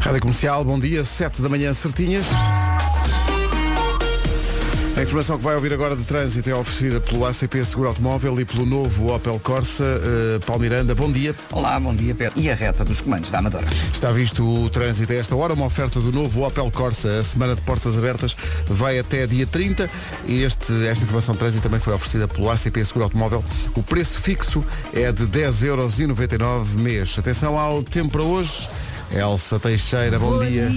Rádio Comercial, bom dia, 7 da manhã certinhas. A informação que vai ouvir agora de trânsito é oferecida pelo ACP Seguro Automóvel e pelo novo Opel Corsa. Eh, Paulo Miranda, bom dia. Olá, bom dia Pedro. E a reta dos comandos da Amadora. Está visto o trânsito a esta hora, uma oferta do novo Opel Corsa. A semana de portas abertas vai até dia 30. E Este, esta informação de trânsito também foi oferecida pelo ACP Seguro Automóvel. O preço fixo é de 10,99€ mês. Atenção ao tempo para hoje. Elsa Teixeira, bom, dia.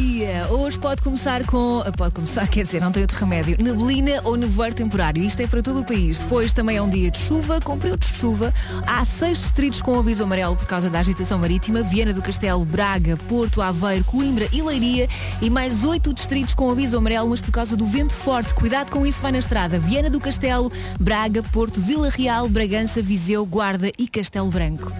Hoje pode começar com. eh, Pode começar, quer dizer, não tem outro remédio. Neblina ou nevoeiro temporário. Isto é para todo o país. Depois também é um dia de chuva, com períodos de chuva. Há seis distritos com aviso amarelo por causa da agitação marítima. Viana do Castelo, Braga, Porto, Aveiro, Coimbra e Leiria. E mais oito distritos com aviso amarelo, mas por causa do vento forte. Cuidado com isso, vai na estrada. Viana do Castelo, Braga, Porto, Vila Real, Bragança, Viseu, Guarda e Castelo Branco.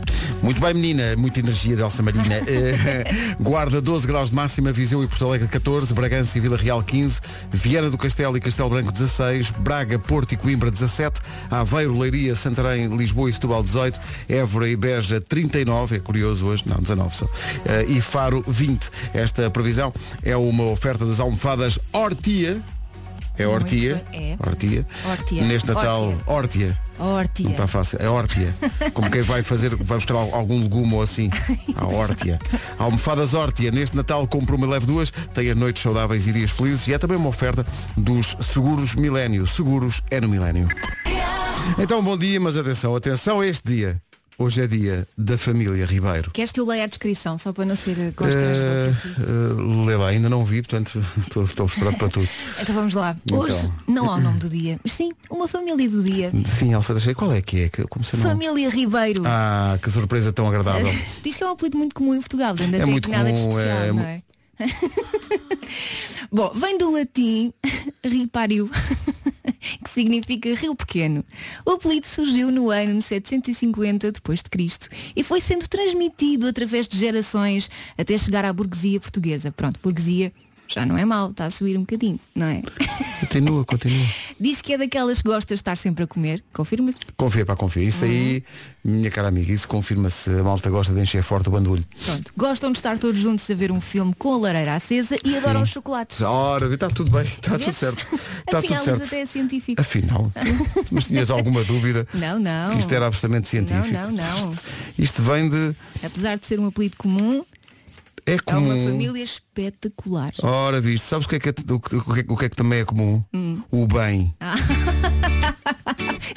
Muito bem, menina. Muita energia de Elsa Marina. Eh, Guarda 12 graus de máxima, Viseu e Porto Alegre 14, Bragança e Vila Real 15, Viana do Castelo e Castelo Branco 16, Braga, Porto e Coimbra 17, Aveiro, Leiria, Santarém, Lisboa e Setúbal 18, Évora e Beja 39, é curioso hoje, não, 19 só, eh, e Faro 20. Esta previsão é uma oferta das almofadas Hortia. É Muito Hortia. bem, é. Hortia. Hortia. Neste Natal, Hortia. Hortia. A Não Hortia. está fácil. É hortia. Como quem vai fazer, vai buscar al- algum legume ou assim. A hortia. Almofadas hortia. Neste Natal compra uma e leve duas. Tenha noites saudáveis e dias felizes. E é também uma oferta dos seguros milénio. Seguros é no milénio. Então bom dia, mas atenção, atenção a este dia. Hoje é dia da família Ribeiro. Queres que eu leia a descrição, só para não ser Eh, constrangedor para ti? eh, Lê lá, ainda não vi, portanto estou- estou preparado para tudo. Então vamos lá. Então. Hoje não há o nome do dia, mas sim uma família do dia. Sim, Elsa, deixei. Qual é que é? Que- Como se não... Família Ribeiro. Ah, que surpresa tão agradável. Diz que é um apelido muito comum em Portugal, ainda É tem muito nada de comum, especial, é- não é? Bom, vem do latim ripariu, que significa rio pequeno. O apelido surgiu no ano 750 depois de Cristo e foi sendo transmitido através de gerações até chegar à burguesia portuguesa. Pronto, burguesia já não é mau, está a subir um bocadinho, não é? Continua, continua. Diz que é daquelas que gosta de estar sempre a comer. Confirma-se. Confia para confia. Isso aí, Uhum. minha cara amiga, isso confirma-se. A malta gosta de encher forte o bandulho. Pronto. Gostam de estar todos juntos a ver um filme com a lareira acesa e adoram os chocolates. Ora, está tudo bem, está tá tudo Vês? certo. Está Afinal, tudo isto certo. até é científico. Afinal, mas tinhas alguma dúvida? Não, não. Que isto era absolutamente científico. Não, não, não. Isto vem de. Apesar de ser um apelido comum, É é uma comum. família espetacular. Ora, visto, sabes o que é que, é- o que, o que é que- o que é que também é comum? Hum. O bem.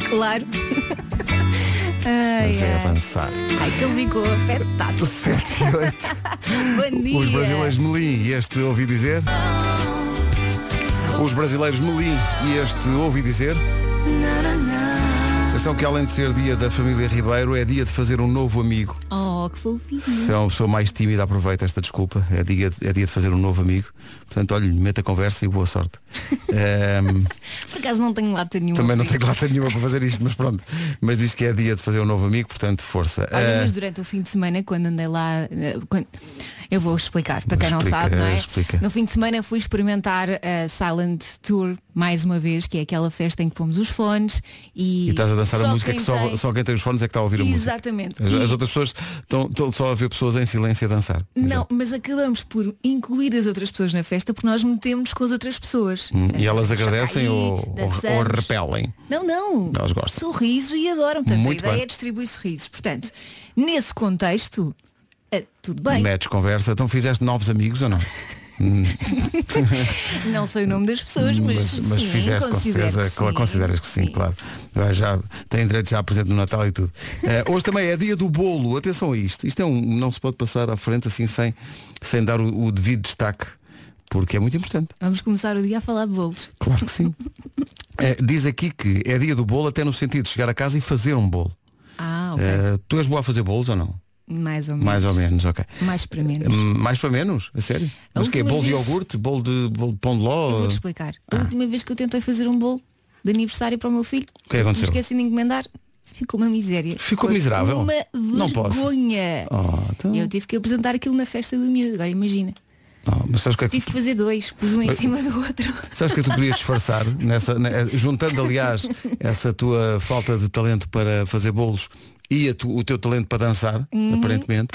Claro. Ai, Mas é ai. avançar. Ai, que ele ficou apertado. 7 e 8. Bom dia. Os brasileiros Melim e este ouvi dizer. Os brasileiros Melim e este ouvi dizer. Atenção que além de ser dia da família Ribeiro, é dia de fazer um novo amigo. Oh, que fofinho. Se é uma pessoa mais tímida, aproveita esta desculpa. É dia, é dia de fazer um novo amigo. Portanto, olha, meta a conversa e boa sorte. Ahm, Por acaso não tenho lata nenhuma. também não para tenho lata nenhuma para fazer isto, mas pronto. Mas diz que é dia de fazer um novo amigo, portanto, força. Olha, Ah, mas durante o fim de semana, quando andei lá, eh, quando- eu vou explicar, para quem Explica, não sabe, não é? explica. No fim de semana fui experimentar a Silent Tour mais uma vez, que é aquela festa em que pomos os fones e. E estás a dançar a só música quem que só, tem- só quem tem os fones é que está a ouvir Exatamente. a música. As, E- as outras pessoas estão, estão só a ver pessoas em silêncio a dançar. Não, Exato. mas acabamos por incluir as outras pessoas na festa porque nós metemos com as outras pessoas. Hum, E elas Choca agradecem aí, ou, ou- ou dançamos. repelem. Não, não. Elas gostam. Sorriso e adoram. Portanto, Muito a ideia bem. é distribuir sorrisos. Portanto, nesse contexto, eh, tudo bem. Metes conversa. Então fizeste novos amigos ou não? Não sei o nome das pessoas, mas, mas sim, fizeste com considero certeza. que cla- sim. Consideras que sim, claro. Vai, Já, tem direito já a presente no Natal e tudo. Eh, hoje também é dia do bolo. Atenção a isto. Isto é um. Não se pode passar à frente assim sem, sem dar o, o devido destaque. Porque é muito importante. Vamos começar o dia a falar de bolos. Claro que sim. Eh, diz aqui que é dia do bolo até no sentido de chegar a casa e fazer um bolo. Ah, ok. Eh, tu és boa a fazer bolos ou não? mais ou menos. É, Mais ou menos, ok. Mais para menos. Hum, Mais para menos, a sério? A Mas que é última bolo de vez- iogurte, bolo de, bolo de pão de Eu ló? vou-te explicar. A Ah. última vez que eu tentei fazer um bolo de aniversário para o meu filho, que aconteceu? me esqueci de encomendar, ficou uma miséria. Ficou Foi miserável? Uma Não posso. vergonha. Oh, então- Eu tive que apresentar aquilo na festa do miúdo, agora imagina. Ah, mas sabes o que é que Tive que fazer dois, pus um em cima do outro. Sabes que tu podias disfarçar, nessa, né, juntando aliás essa tua falta de talento para fazer bolos e a tu- o teu talento para dançar, Uhum. aparentemente,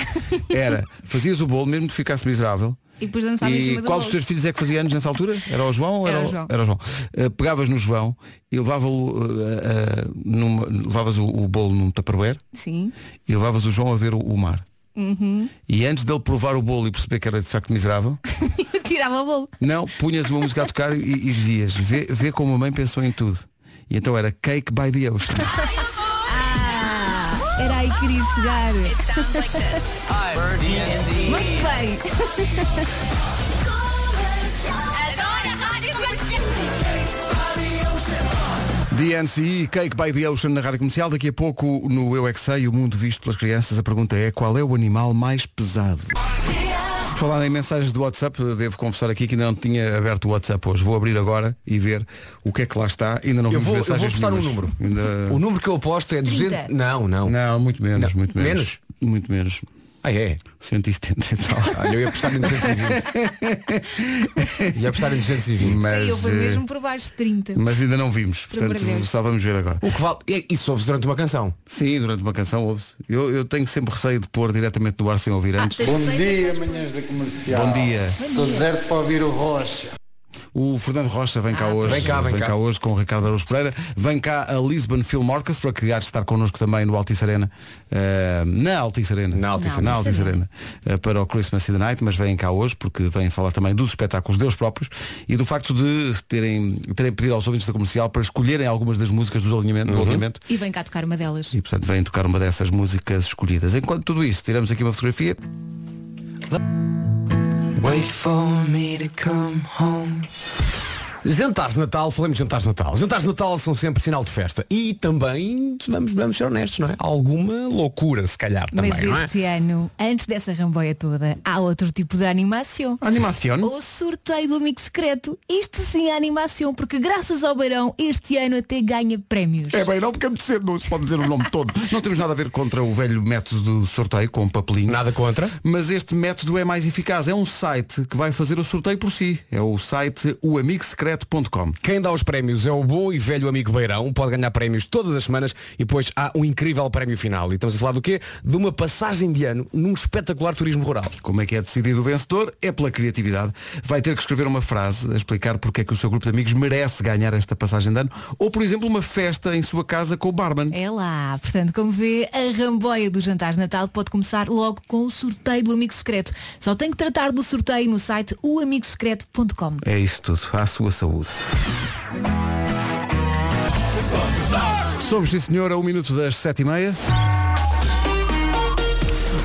era fazias o bolo, mesmo que ficasse miserável. E depois dançava em E cima do qual dos bolo. teus filhos é que fazia anos nessa altura? Era o João? ou Era o João. Era o João. Eh, pegavas no João e levava-lo, eh, eh, numa- levavas o, o bolo num tupperware Sim. e levavas o João a ver o, o mar. Uhum. E antes dele provar o bolo e perceber que era de facto miserável, Tirava o bolo. não, punhas uma música a tocar e, e dizias, vê, vê como a mãe pensou em tudo. E então era Cake by the Ocean. Ah, era aí que queria chegar. Muito bem. DNCE, Cake by the Ocean na Rádio Comercial. Daqui a pouco no Eu É Que Sei, o mundo visto pelas crianças, a pergunta é qual é o animal mais pesado? Por Falar em mensagens do WhatsApp, devo confessar aqui que ainda não tinha aberto o WhatsApp hoje. Vou abrir agora e ver o que é que lá está. Ainda não Eu vimos vou- eu vou mensagens apostar um nenhumas. Ainda- O número que eu aposto é 200... Trinta. Não, não. Não, muito menos, Não, muito menos. menos? Muito menos. Ah, é? 170 e tal. Olha, eu ia apostar em 220. ia apostar em 220. Mas, Sim, eu fui eh, mesmo por baixo de 30. mas ainda não vimos, Pelo amor portanto de Deus. só vamos ver agora. O que vale... e- Isso ouve-se durante uma canção. Sim, durante uma canção ouve-se. Eu, eu tenho sempre receio de pôr diretamente do ar sem ouvir Ah, antes. tens Bom receio, dia, mas- manhãs da comercial. Bom dia. Estou deserto para ouvir o Rocha. O Fernando Rocha vem cá Ah, hoje. Vem cá, vem cá. hoje com o Ricardo Araújo Pereira. Vem cá a Lisbon Film Orchestra, que há de estar connosco também no Altice Arena. eh, na Altice Arena. Na Altice Na Arena. Altice Arena. eh, para o Christmas in the Night, mas vêm cá hoje porque vêm falar também dos espetáculos deles próprios e do facto de terem, terem pedido aos ouvintes da comercial para escolherem algumas das músicas do alinhamento. Uhum. do alinhamento. E vem cá tocar uma delas. E portanto vêm tocar uma dessas músicas escolhidas. Enquanto tudo isso, tiramos aqui uma fotografia. Jantares de Natal, falamos de jantares de Natal. Jantares de Natal são sempre sinal de festa. E também, vamos, vamos ser honestos, não é? Alguma loucura, se calhar, também, Mas não é? este ano, antes dessa ramboia toda, há outro tipo de animação. Animação. O sorteio do amigo secreto. Isto sim é animação, porque graças ao Beirão, este ano até ganha prémios. É bem, não porque apetecer, não se pode dizer o nome todo. Não temos nada a ver contra o velho método do sorteio com papelinho. Nada contra. Mas este método é mais eficaz. É um site que vai fazer o sorteio por si. É o site oamigosecreto.com. Quem dá os prémios é o bom e velho amigo Beirão, pode ganhar prémios todas as semanas e depois há um incrível prémio final. E estamos a falar do quê? De uma passagem de ano num espetacular turismo rural. Como é que é decidido o vencedor? É pela criatividade. Vai ter que escrever uma frase a explicar porque é que o seu grupo de amigos merece ganhar esta passagem de ano. Ou, por exemplo, uma festa em sua casa com o barman. É lá, portanto, como vê, a ramboia do jantar de Natal pode começar logo com o sorteio do Amigo Secreto. Só tem que tratar do sorteio no site oamigosecreto.com. É isso tudo. À sua saúde. Somos, sim senhor, a um minuto das sete e meia.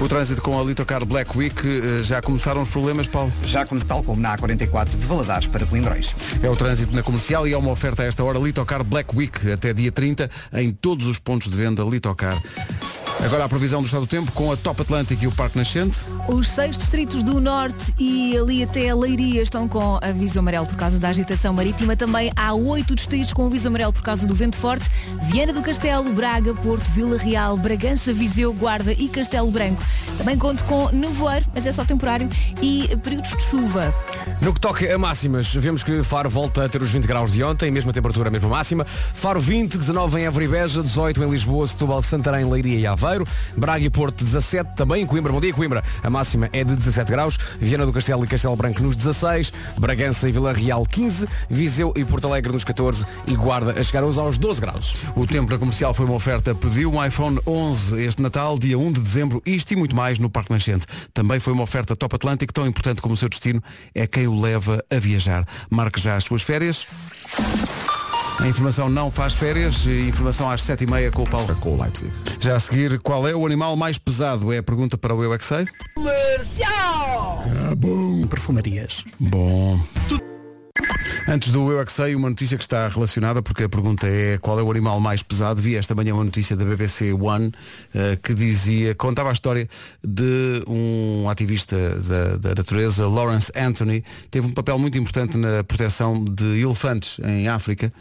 O trânsito com a Litocar Black Week eh, já começaram os problemas, Paulo. Já como tal como na A44 de Valadares para Coimbrões. É o trânsito na comercial e é uma oferta a esta hora Litocar Black Week até dia 30 em todos os pontos de venda Litocar. Agora a previsão do estado do tempo com a Top Atlântico e o Parque Nascente. Os seis distritos do Norte e ali até a Leiria estão com aviso amarelo por causa da agitação marítima. Também há oito distritos com aviso amarelo por causa do vento forte. Viana do Castelo, Braga, Porto, Vila Real, Bragança, Viseu, Guarda e Castelo Branco. Também conto com nevoeiro, mas é só temporário, e períodos de chuva. No que toca a máximas, vemos que Faro volta a ter os 20 graus de ontem, mesma temperatura, mesma máxima. Faro 20, 19 em Évora e Beja, 18 em Lisboa, Setúbal, Santarém, Leiria e Aveiro. Braga e Porto, 17 também em Coimbra. Bom dia, Coimbra. A máxima é de 17 graus. Viana do Castelo e Castelo Branco nos 16. Bragança e Vila Real, 15. Viseu e Porto Alegre nos 14. E Guarda a chegar aos- aos 12 graus. O tempo na comercial foi uma oferta. Pediu um iPhone 11 este Natal, dia 1 de dezembro. Isto e muito mais no Parque Nascente. Também foi uma oferta Top Atlântico, tão importante como o seu destino é quem o leva a viajar. Marque já as suas férias. A informação não faz férias. E Informação às 7h30 com o Paulo. Com o Leipzig. Já a seguir, qual é o animal mais pesado? É a pergunta para o Eu é que sei. Perfumarias. Bom. Antes do Eu é que sei, uma notícia que está relacionada, porque a pergunta é qual é o animal mais pesado. Vi esta manhã uma notícia da BBC One eh, que dizia, contava a história de um ativista da, da natureza, Lawrence Anthony, teve um papel muito importante na proteção de elefantes em África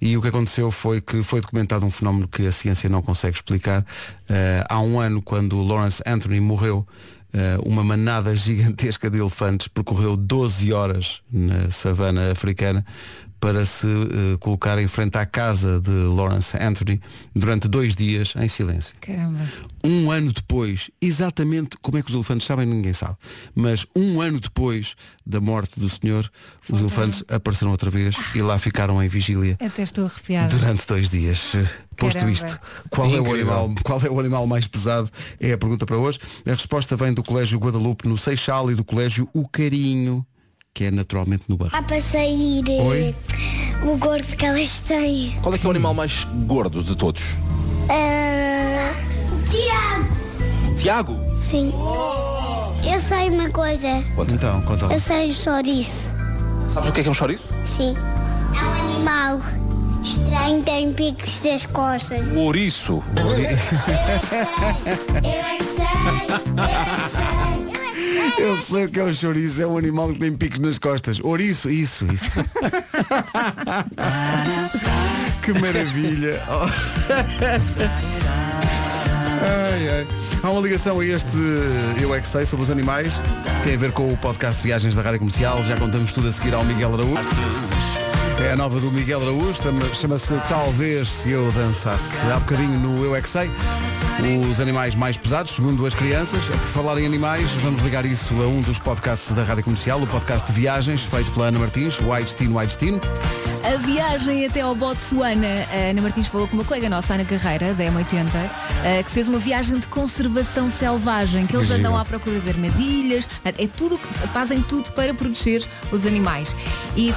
e o que aconteceu foi que foi documentado um fenómeno que a ciência não consegue explicar. Eh, há um ano, quando Lawrence Anthony morreu, eh, uma manada gigantesca de elefantes percorreu 12 horas na savana africana para se eh, colocar em frente à casa de Lawrence Anthony durante dois dias em silêncio. Caramba. Um ano depois, exatamente como é que os elefantes sabem, ninguém sabe. Mas um ano depois da morte do senhor, os elefantes apareceram outra vez e lá ficaram em vigília Até estou arrepiada. durante dois dias. eh, Posto Caramba. isto, qual é, o Incrível. animal, qual é o animal mais pesado? É a pergunta para hoje. A resposta vem do Colégio Guadalupe no Seixal e do Colégio O Carinho, que é naturalmente no Barro. Há Ah, para sair eh, Oi? o gordo que elas têm. Qual é que é o animal mais gordo de todos? Ah, Tiago! Tiago. Sim. Eu sei uma coisa. Então, conta lá. Eu sei um chouriço. Sabes o que é que é um chouriço? Sim. É um animal estranho, tem picos das costas. O ouriço. Eu é que sei, eu é que sei. Eu sei o que é o chouriço, é um animal que tem picos nas costas. Ouriço, isso, isso. que maravilha. Oh. Ai, ai. Há uma ligação a este Eu É Que Sei sobre os animais. Tem a ver com o podcast de viagens da Rádio Comercial. Já contamos tudo a seguir ao Miguel Araújo. É a nova do Miguel Araújo, chama- chama-se Talvez Se Eu Dançasse. Há bocadinho no Eu É Que Sei, os animais mais pesados, segundo as crianças. É Por falar em animais, vamos ligar isso a um dos podcasts da Rádio Comercial, o podcast de viagens, feito pela Ana Martins, White Destino, White Destino. A viagem até ao Botsuana, a Ana Martins falou com uma colega nossa, Ana Carreira, da M80, eh, que fez uma viagem de conservação selvagem, que eles giro. andam à procura de armadilhas, portanto, é tudo, que- fazem tudo para proteger os animais. E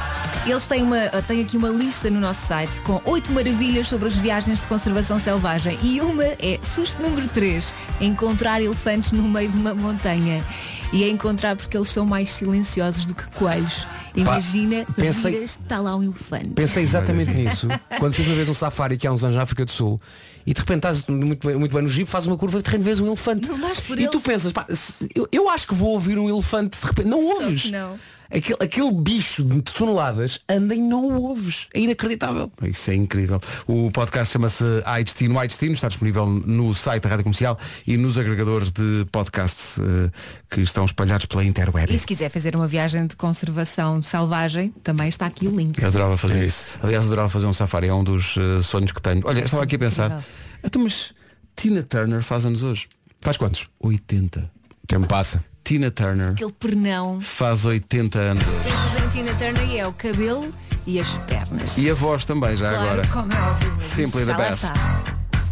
eles têm, uma, eh, têm aqui uma lista no nosso site com oito maravilhas sobre as viagens de conservação selvagem. E uma é, susto número 3, encontrar elefantes no meio de uma montanha. E é encontrar porque eles são mais silenciosos do que coelhos. Imagina, pensei- viras Está lá um elefante. Pensei exatamente nisso quando fiz uma vez um safari aqui há uns anos na África do Sul e de repente estás muito bem, muito bem no jipe, fazes uma curva e de repente vês um elefante. Não dás por e tu eles. pensas, pá, se- eu, eu acho que vou ouvir um elefante de repente. Não ouves. que não. Aquele, aquele bicho de toneladas anda e não o ouves. É inacreditável. Isso é incrível. O podcast chama-se Ai Destino, Ai Destino. Está disponível no site da Rádio Comercial e nos agregadores de podcasts eh, que estão espalhados pela interweb. E se quiser fazer uma viagem de conservação selvagem, também está aqui o link. Eu adorava fazer isso. Aliás, adorava fazer um safari. É um dos eh, sonhos que tenho. Olha, estava aqui a pensar. incrível. Então, mas Tina Turner faz anos hoje? Faz quantos? 80. Tempo passa. Tina Turner Aquele pernão. faz 80 anos. hoje. Pensas em Tina Turner e é o cabelo e as pernas. E a voz também, já Claro, agora. como é óbvio. Simply Já the lá best. está.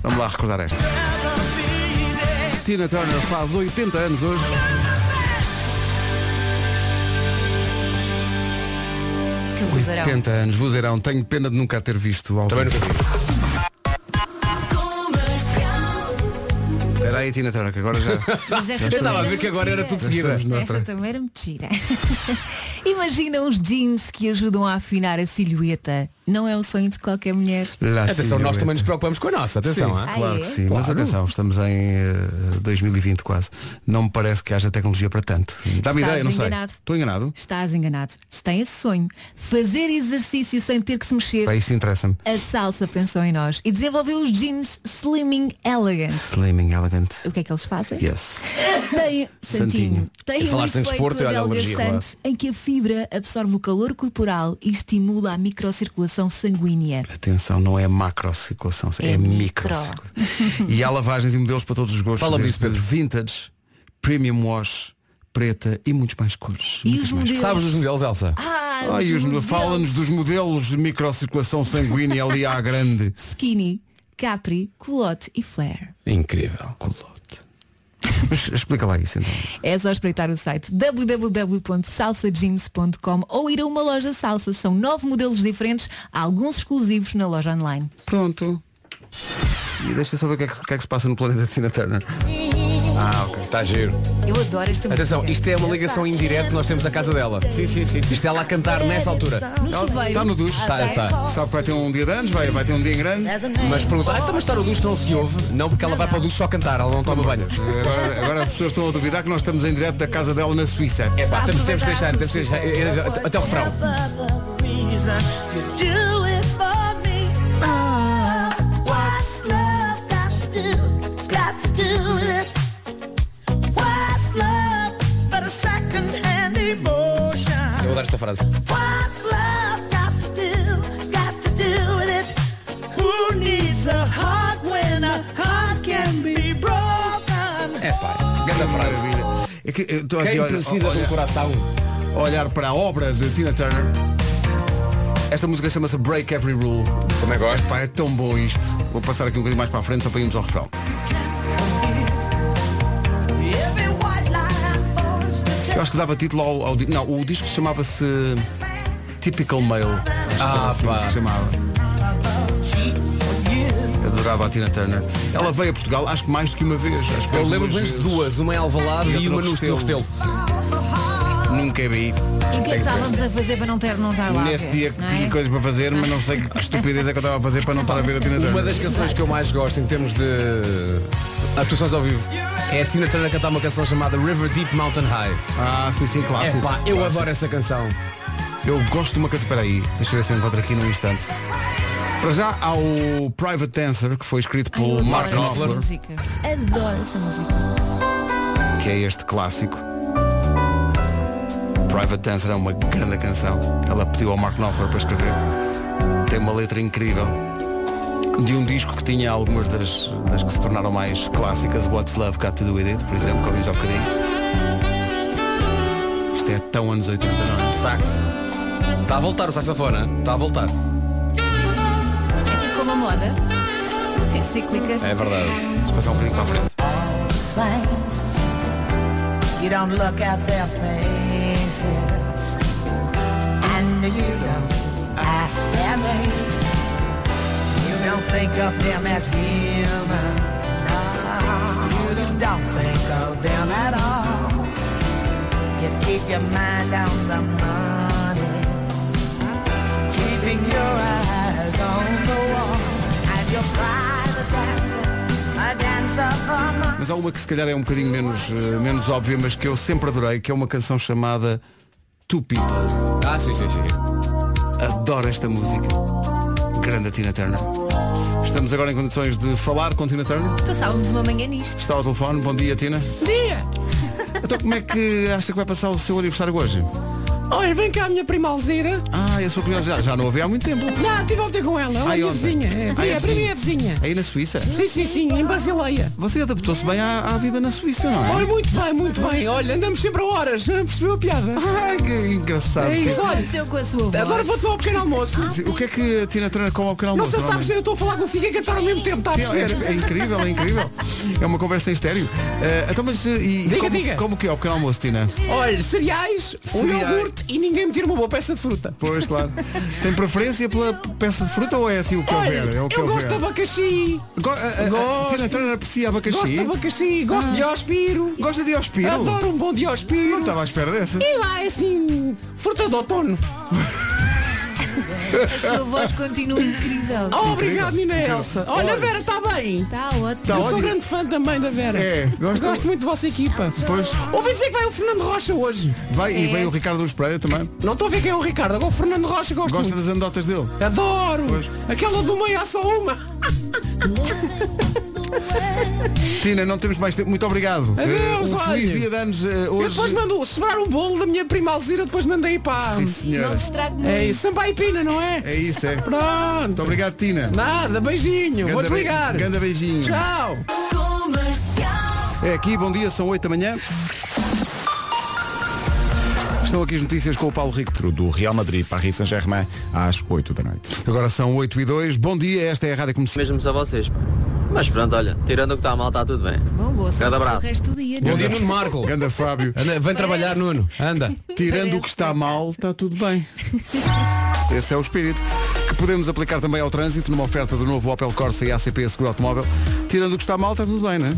Vamos lá recordar esta. Tina Turner faz 80 anos hoje. Que vozarão. 80 anos, vozeirão, tenho pena de nunca ter visto ao Também vivo. nunca Espera aí, Tina Turner, que agora já. Mas esta Eu também estava a era ver que agora era mentira. tudo seguida. Estamos noutra. Esta também era mentira. Imagina uns jeans que ajudam a afinar a silhueta. Não é um sonho de qualquer mulher. Lá Atenção, sim, é nós eu- também nos preocupamos com a nossa. Atenção, Sim, ah. claro Ah, é? que sim. Mas Claro. atenção, estamos em eh, 2020 quase. Não me parece que haja tecnologia para tanto. Dá-me Estás ideia, não enganado. sei. Estou enganado? Estás enganado. Se tem esse sonho, fazer exercício sem ter que se mexer, Para isso interessa-me. a salsa pensou em nós e desenvolveu os jeans Slimming Elegant. Slimming elegant. O que é que eles fazem? Yes. Tem Santinho. santinho. Tem um Falaste em efeito desporto, olha, alergia, adelgaçante em que a fibra absorve o calor corporal e estimula a microcirculação sanguínea. Atenção, não é macrocirculação, é, É micro. micro. e há lavagens e modelos para todos os gostos. Fala-me desde disso, Pedro. Vintage, premium wash, preta e muitos mais cores. E Muitas os mais modelos? Sabes os modelos, Elsa? Ah, Ai, os os modelos Fala-nos dos modelos de microcirculação sanguínea ali à grande. Skinny, Capri, Culotte e Flare. Incrível. Colote. Mas explica lá isso então. É só espreitar o site www.salsajeans.com ou ir a uma loja salsa. São nove modelos diferentes, há alguns exclusivos na loja online. Pronto. E deixa só ver o que, é que, o que é que se passa no planeta Tina Turner. Está Ah, Tá giro. Eu adoro esta Atenção, música. isto é uma ligação indireta que nós temos à casa dela. Sim, sim, sim. Isto é ela a cantar nesta altura. No chuveiro. Está no duche. Tá, tá. Sabe que vai ter um dia de anos, vai, vai ter um dia em grande. Mas perguntar, ah, então, mas estar o duche não se ouve? Não, porque ela vai para o duche só cantar, ela não toma banho. Agora, agora as pessoas estão a duvidar que nós estamos em direto da casa dela na Suíça. É pá, temos, temos de deixar, temos de deixar. é, é, até- Até o refrão. Eu vou dar esta frase. What's love got to do? É Esta frase. É que eu estou aqui a Quem olha- precisa de um olha- coração? a olhar para a obra de Tina Turner. Esta música chama-se Break Every Rule. Também gosto. Pá, é tão bom isto. Vou passar aqui um bocadinho mais para a frente só para irmos ao refrão. Eu acho que dava título ao, ao di- Não, o disco chamava-se Typical Male. Acho que era assim Ah, pá. que se chamava. Adorava a Tina Turner. Ela veio a Portugal acho que mais do que uma vez. Acho que Eu veio lembro pelo duas menos de vezes. duas, uma em Alvalade E e uma outra no no no Restelo. Restelo. Nunca E vi. o que é que estávamos a fazer para não ter, não estar lá? a Neste ver, dia que não é? tinha coisas para fazer, mas não sei que estupidez é que eu estava a fazer para não estar a ver a Tina Uma Turner. das canções que eu mais gosto em termos de atuações ao vivo é a Tina Turner cantar uma canção chamada River Deep Mountain High. Ah, sim, sim, clássico. Epá, eu adoro essa canção. Eu gosto de uma coisa. Espera aí, deixa eu ver se eu encontro aqui num instante. Para já há o Private Dancer, que foi escrito Ai, eu por Mark adoro essa Knopfler, música. Adoro essa música. que é este clássico. Private Dancer é uma grande canção. Ela pediu ao Mark Knopfler para escrever. Tem uma letra incrível. De um disco que tinha algumas das, das que se tornaram mais clássicas, What's Love Got to Do With It, por exemplo, que ouvimos há bocadinho. Isto é tão anos 80, não é? Sax. Está a voltar o saxofone, hein? está a voltar. É tipo como a moda. É cíclica. É verdade. Vamos passar um bocadinho para a frente. You don't look at their faces. And you don't ask their name. You don't think of them as human. No, you don't think of them at all. You keep your mind on the money. Keeping your eyes on the wall. And your private dancer, a dancer for money. Mas há uma que se calhar é um bocadinho menos, eh, menos óbvia, mas que eu sempre adorei, que é uma canção chamada Two People. Ah, sim, sim, sim. Adoro esta música. Grande Tina Turner. Estamos agora em condições de falar com Tina Turner. Passávamos uma manhã nisto. Está ao telefone. Bom dia, Tina. Dia! Então como é que acha que vai passar o seu aniversário hoje? Olha, vem cá a minha prima Alzira. Ah, eu sou curioso. Já, já não ouvi há muito tempo. Não, estive ontem com ela. Ela é Ai, minha ontem. vizinha. É, Ai, é é para mim é vizinha. Aí na Suíça. Sim, sim, sim, em Basileia. Você adaptou-se bem à, à vida na Suíça, não é? Olha, muito bem, muito bem. Olha, andamos sempre a horas. Não é? percebeu a piada? Ai, que engraçado. É isso, olha. Aconteceu com a sua voz. Agora vou tomar um pequeno almoço. Ah. O que é que a Tina Turner come ao pequeno Não almoço? sei se está a perceber, eu estou a falar consigo e a cantar ao mesmo tempo. Está a Sim, perceber? é, é incrível, é incrível. É uma conversa em estéreo. Eh, então, mas eh, e, e Diga, como, diga. como que é o pequeno almoço, Tina? Olha, cereais, um Cereais. iogurte e ninguém me tira uma boa peça de fruta. Pois, claro. Tem preferência pela peça de fruta ou é assim o que Olha, houver? É o que eu gosto de houver. abacaxi. Go- a- a- a Gosto. Tina Turner aprecia Gosto de abacaxi. abacaxi, gosto Ah. de ospiro. Gosta de hospiro? Adoro um bom Não diospiro. estava à espera dessa. E lá é assim, fruta de outono. A sua voz continua incrível. Oh, obrigado, Nina Elsa. Olha, a Vera está bem. Está ótimo. Tá Eu sou ótimo. grande fã também da Vera. É, gosto- gosto, muito da vossa equipa. Pois. Ouvi dizer que vai o Fernando Rocha hoje. Vai, E É. vem o Ricardo dos Pereira também. Não estou a ver quem é o Ricardo, agora o Fernando Rocha gosto Gosta muito. das anedotas dele. Adoro! Pois. Aquela do meio há só uma. Tina, não temos mais tempo. Muito obrigado. Adeus, Eh, um feliz olha. dia de anos eh, Eu hoje. depois mando sobrar um bolo da minha prima Alzira, depois mandei para. Sim, Não senhora. distrago muito. É isso, Sampaio e Pina, não é? É isso, é. Muito Pronto. obrigado, Tina. Nada, beijinho. Vou Ganda be- desligar. Ganda beijinho. Tchau. É aqui, bom dia, são 8 da manhã. Estão aqui as notícias com o Paulo Rico. do Real Madrid Paris Saint-Germain às 8 da noite. Agora são 8 e 2. Bom dia, esta é a Rádio Comercial. mesmo a vocês. Mas pronto, olha, tirando o que está mal, está tudo bem. Bom gosto. Grande abraço. O resto do dia. Bom não é? dia, Nuno Marco. Ganda Fábio. Anda, vem trabalhar, Nuno. Anda. Tirando Parece. o que está mal, está tudo bem. Esse é o espírito que podemos aplicar também ao trânsito numa oferta do novo Opel Corsa e ACP Seguro Automóvel. Tirando o que está mal, está tudo bem, não é?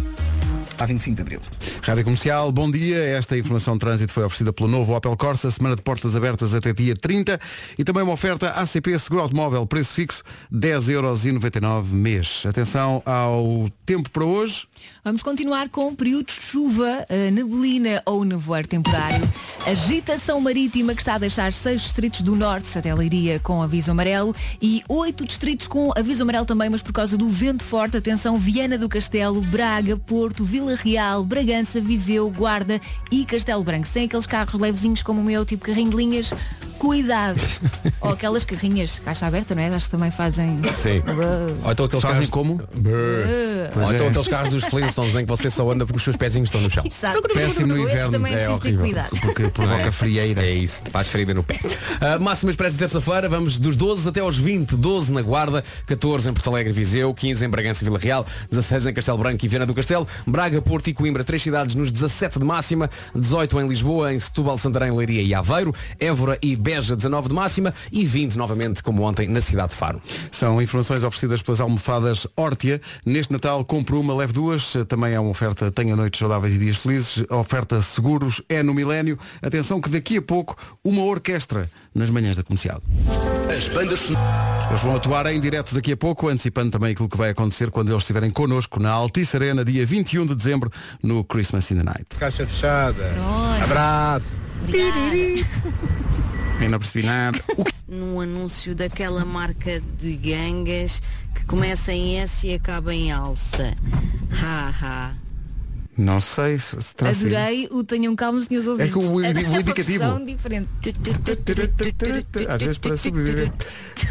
Há 25 de Abril. Rádio Comercial, bom dia. Esta informação de trânsito foi oferecida pelo novo Opel Corsa, semana de portas abertas até dia 30 e também uma oferta ACP Seguro Automóvel, preço fixo 10,99€ mês. Atenção ao tempo para hoje. Vamos continuar com períodos de chuva, eh, neblina ou nevoeiro temporário. Agitação marítima que está a deixar seis distritos do norte, até Leiria, com aviso amarelo e oito distritos com aviso amarelo também, mas por causa do vento forte. Atenção, Viana do Castelo, Braga, Porto, Vila Real, Bragança, Viseu, Guarda e Castelo Branco. Sem aqueles carros levezinhos como o meu, tipo carrinho de linhas, cuidado. Ou aquelas carrinhas, caixa aberta, não é? Acho que também fazem. Sim. Ou então aqueles Fazem carros... como? Ou Pois então é. aqueles carros dos Flintstones em que você só anda porque os seus pezinhos estão no chão. Exato. um Esses também é preciso ter cuidado. Porque provoca frieira. É isso, faz ferida no pé. Ah, máximas para esta terça-feira, vamos dos 12 até aos 20. 12 na Guarda, 14 em Porto Alegre e Viseu, 15 em Bragança e Vila Real, 16 em Castelo Branco e Viana do Castelo, Braga, Porto e Coimbra, três cidades nos 17 de máxima, 18 em Lisboa, em Setúbal, Santarém, Leiria e Aveiro, Évora e Beja, 19 de máxima e 20 novamente, como ontem, na cidade de Faro. São informações oferecidas pelas almofadas Hortia. Neste Natal compro uma, leve duas. Também é uma oferta Tenha Noites Saudáveis e Dias Felizes. A Oferta Seguros é no Milénio. Atenção que daqui a pouco uma orquestra nas manhãs da comercial. As bandas son- Eles vão atuar em direto daqui a pouco, antecipando também aquilo que vai acontecer quando eles estiverem connosco na Altice Arena, dia 21 de dezembro, no Christmas in the Night. Caixa fechada. Abraço. Eu não percebi nada. num anúncio daquela marca de gangas que começa em S e acaba em alça. Ha ha. Não sei se se terá sido. Adorei o tenham calmo, senhores ouvintes. Ah, É que o- o Era uma indicativo. versão diferente. Às vezes para sobreviver.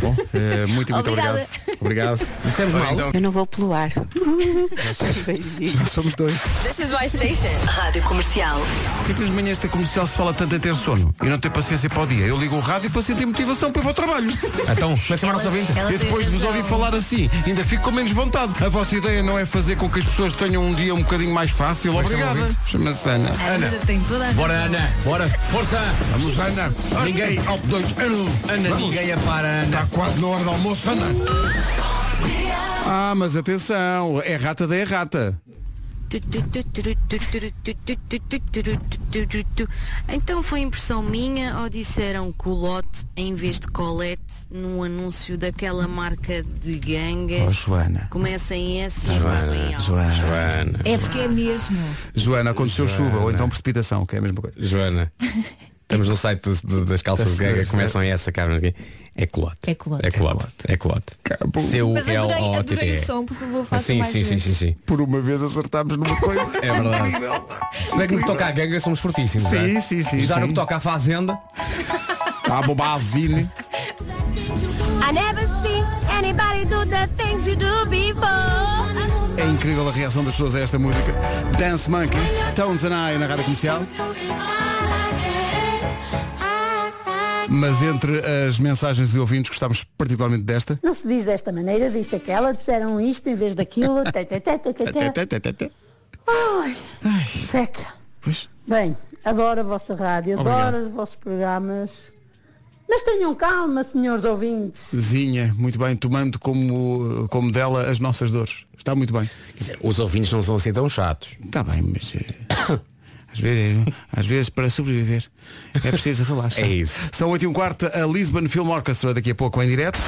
Bom, eh, muito, muito Obrigada. obrigado. Obrigado. Dissemos Ora, mal. então, Eu não vou pelo ar. já somos dois. This is my station. Rádio Comercial. Porquê que nas manhãs da comercial se fala tanto em ter sono e não ter paciência para o dia? Eu ligo o rádio para sentir motivação para ir para o trabalho. Então, como é que chama a nossa ouvinte? ela Eu tem depois de vos razão. ouvir falar assim, ainda fico com menos vontade. A vossa ideia não é fazer com que as pessoas tenham um dia um bocadinho mais fácil? Como é que chama a Obrigada. ouvinte? Chama-se Ana. A Ana tem toda a Bora razão. Ana, bora, força! Vamos Ana! Ninguém, ao dois, Ana! Tá Ana, ninguém é para Ana! Está quase na hora do almoço, Ana! Ah, mas atenção, é rata da é rata. Então foi impressão minha ou disseram culote em vez de colete num anúncio daquela marca de gangas? Oh, Joana. Começa em S e acaba em Joana, Joana. Joana. É porque é mesmo. Joana, aconteceu chuva ou então precipitação, que é a mesma coisa. Joana. Estamos no site de- de- das calças de gaga, começam essa, cara. não sei o quê. É colote. É colote. É colote. É colote. Seu Mas L adorei, O T adorei o T. som, por favor, Ah, faça Sim, mais sim, sim, vezes. sim, sim. Por uma vez acertámos numa coisa. É verdade. Se bem que no que toca à ganga somos fortíssimos. Sim, não é? sim, sim, Já no sim. que toca à fazenda. À bobazine. I never see anybody do the things you do before. É incrível a reação das pessoas a esta música. Dance Monkey, Tones and I na rádio comercial. Mas entre as mensagens de ouvintes gostámos particularmente desta. Não se diz desta maneira, disse aquela, disseram isto em vez daquilo. tê, tê, tê, tê, tê, tê. Ai, seca. Bem, adoro a vossa rádio, adoro Obrigado. os vossos programas. Mas tenham calma, senhores ouvintes. Zinha, muito bem, tomando como, como dela as nossas dores. Está muito bem. Os ouvintes não são assim tão chatos. Está Tá bem, mas. eh, Às vezes, às vezes, para sobreviver, é preciso relaxar. É isso. São 8 e um quarto, a Lisbon Film Orchestra daqui a pouco em direto.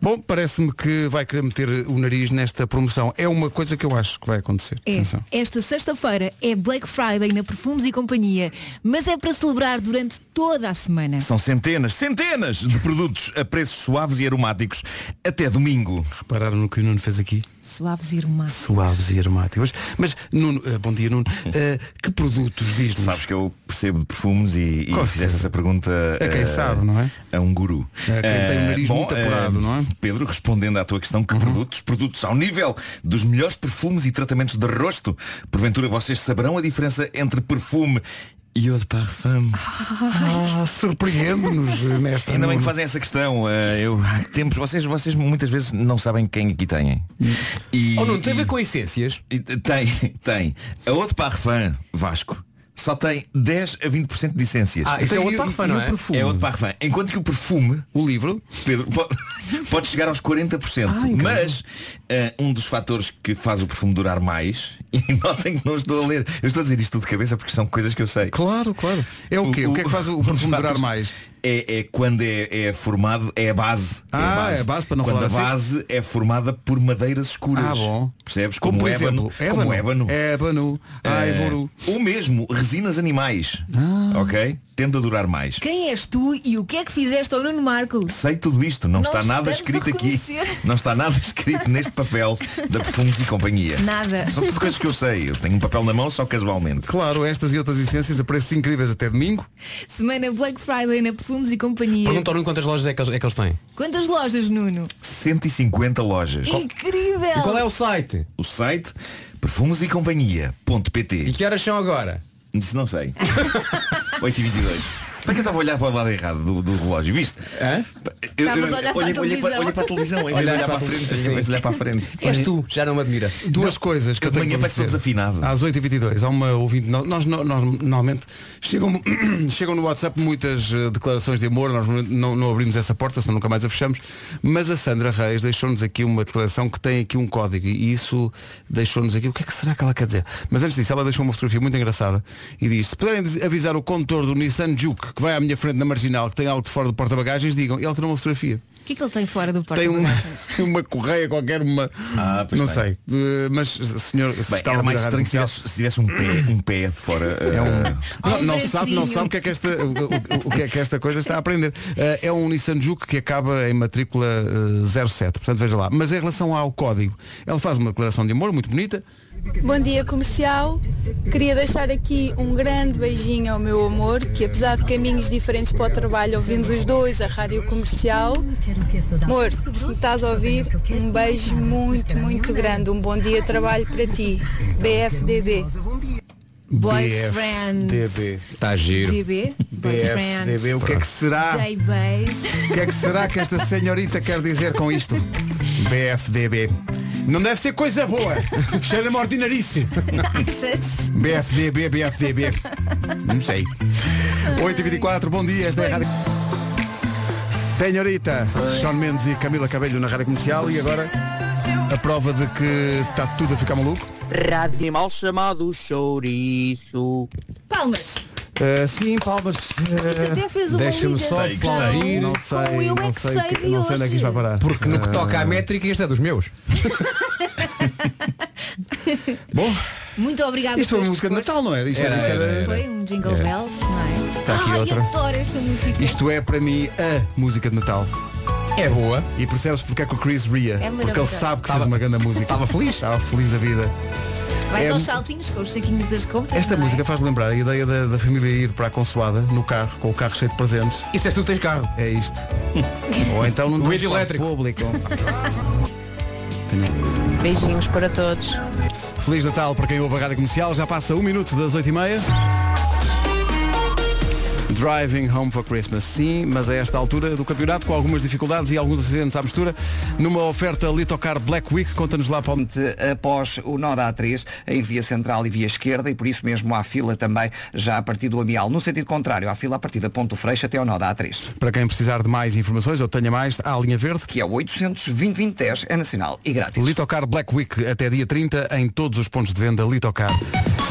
Bom, parece-me que vai querer meter o nariz nesta promoção. É uma coisa que eu acho que vai acontecer. É. Atenção. Esta sexta-feira é Black Friday na Perfumes e Companhia, mas é para celebrar durante toda a semana. São centenas, centenas de produtos a preços suaves e aromáticos até domingo. Repararam no que o Nuno fez aqui? Suaves e aromáticos. Suaves e aromáticos. Mas, Nuno, eh, bom dia, Nuno. Eh, que produtos diz-nos? Sabes que eu percebo de perfumes e, e Com fizeste certeza. essa pergunta A quem eh, sabe, não é? A um guru. A quem tem o Eh, nariz muito Uhum. apurado, eh, não é? Pedro, respondendo à tua questão, que produtos? Produtos ao nível dos melhores perfumes e tratamentos de rosto. Porventura vocês saberão a diferença entre perfume e eau de parfum. Ah, Surpreende-nos, eh, mestre. Ainda bem que Nuno. fazem essa questão. eh, eu, há tempos, vocês, vocês muitas vezes não sabem quem aqui têm. Uhum. E, Oh, Ou não, tem a ver com essências? Tem, tem. A Eau Parfum, Vasco, só tem 10 a 20% de essências. Ah, isso é Então, Eau de e o- Parfum, e não o é? perfume? É Eau de Parfum. Enquanto que o perfume, o livro, Pedro, po- pode, chegar aos 40%. mas eh, um dos fatores que faz o perfume durar mais, e notem que não estou a ler, eu estou a dizer isto tudo de cabeça porque são coisas que eu sei. Claro, claro. É o quê? O que é que faz um o dos perfume durar fatores mais? É, é quando é, é formado, é a base. Ah, é a base, para não quando falar a assim. base é formada por madeiras escuras. Ah, bom. Percebes? Como, Como, por ébano, exemplo, Como ébano. ébano. Eh, Ébano, Ah. aivoru. É. Ou mesmo resinas animais. Ok? Tende a durar mais. Quem és tu e o que é que fizeste ao Nuno Marcos? Sei tudo isto, não, Não está nada estamos a escrito aqui. reconhecer. Não está nada escrito neste papel da Perfumes e Companhia. Nada. São tudo coisas que eu sei. Eu tenho um papel na mão só casualmente. Claro, estas e outras essências a preços incríveis até domingo. Semana Black Friday na Perfumes e Companhia. Pergunta ao Nuno quantas lojas é que eles, é que eles têm. Quantas lojas, Nuno? 150 lojas. Incrível! E qual é o site? O site perfumesecompanhia.pt E que horas são agora? Isso não sei. 8h22. Como é que eu estava a olhar para o lado errado do, do relógio? Viste? Hã? Eu, eu, Estavas a olhar para a olhei- olhei televisão. olhei para a televisão, em vez de Olhar olhar para para a a frente. televisão, Em vez de olhar para a frente. És tu, já não me admira. Duas coisas que eu de tenho manhã para parece que dizer. estou desafinado. Às 8h22, há uma ouvinte. no- Nós, no- nós normalmente chegam, chegam no WhatsApp muitas eh, declarações de amor, nós não, não abrimos essa porta, senão nunca mais a fechamos. Mas a Sandra Reis deixou-nos aqui uma declaração que tem aqui um código e isso deixou-nos aqui. O que é que será que ela quer dizer? Mas antes disso, ela deixou uma fotografia muito engraçada e diz, se puderem diz- avisar o condutor do Nissan Juke que vai à minha frente na marginal, que tem algo de fora do porta-bagagens, digam, e ela tirou uma fotografia. O que é que ele tem fora do porta Tem uma, uma correia qualquer, uma. Ah, pois não tem. sei. Eh, Mas, senhor, se Bem, está a era ouvir mais a rádio estranho se comercial- tivesse, se tivesse um pé, um pé de fora. É um- eh, Não, não bracinho. sabe, não sabe o que é que esta, o, o- o que é que esta coisa está a aprender. Eh, é um Nissan Juke que acaba em matrícula eh, 07, portanto veja lá. Mas em relação ao código, ela faz uma declaração de amor muito bonita. Bom dia comercial. Queria deixar aqui um grande beijinho ao meu amor, que apesar de caminhos diferentes para o trabalho, ouvimos os dois a rádio comercial. Amor, se me estás a ouvir, um beijo muito, muito grande. Um bom dia de trabalho para ti. BFDB. Boyfriend. DB. Está Tá giro. DB? Boyfriend. DB, o que é que será? Day Bays. O que é que será que esta senhorita quer dizer com isto? BFDB. Não deve ser coisa boa. Cheira-me a ordinarice. Achas? BFDB, BFDB. Não sei. 8h24, bom dia, esta é a Rádio. Senhorita, Sean Mendes e Camila Cabelho na Rádio Comercial e agora a prova de que está tudo a ficar maluco. Rádio mal chamado chouriço. Palmas. Uh, sim, palmas. Uh, até fez uma Deixa-me ligação. só Sei, aplaudir. gostei. Não Com sei, eu é não que sei, sei que- de não sei onde é que isto vai hoje. parar. Porque no que Ah, toca à métrica, este é dos meus. Bom, Muito obrigada Isto é por foi este uma música de esforço. Natal, não era? Isto Era, isto era, era. Foi um Jingle Era. Bells, não é? Tá aqui Ai, outra. adoro esta música. Isto é para mim a música de Natal. É boa. E percebes porque é que o Chris ria. É porque ele maravilhoso. sabe que fez uma grande música. Estava feliz? Estava feliz da vida. Vais é- aos saltinhos com os saquinhos das compras. Esta não é? música faz lembrar a ideia da, da família ir para a consoada no carro, com o carro cheio de presentes. Isso é se tu tens carro. É isto. Ou então num Doente transporte elétrico. público. Beijinhos para todos. Feliz Natal para quem ouve a Rádio Comercial. Já passa um minuto das 8h30. Driving Home for Christmas, sim, mas a esta altura do campeonato, com algumas dificuldades e alguns acidentes à mistura, numa oferta Litocar Black Week, conta-nos lá para Após o nó da A3, em via central e via esquerda, e por isso mesmo há fila também já a partir do Amial. No sentido contrário, há fila a partir da Ponto Freixo até ao nó da A3. Para quem precisar de mais informações ou tenha mais, há a linha verde. Que é o 800-2020-10, é nacional e grátis. Litocar Black Week até dia 30 em todos os pontos de venda Litocar.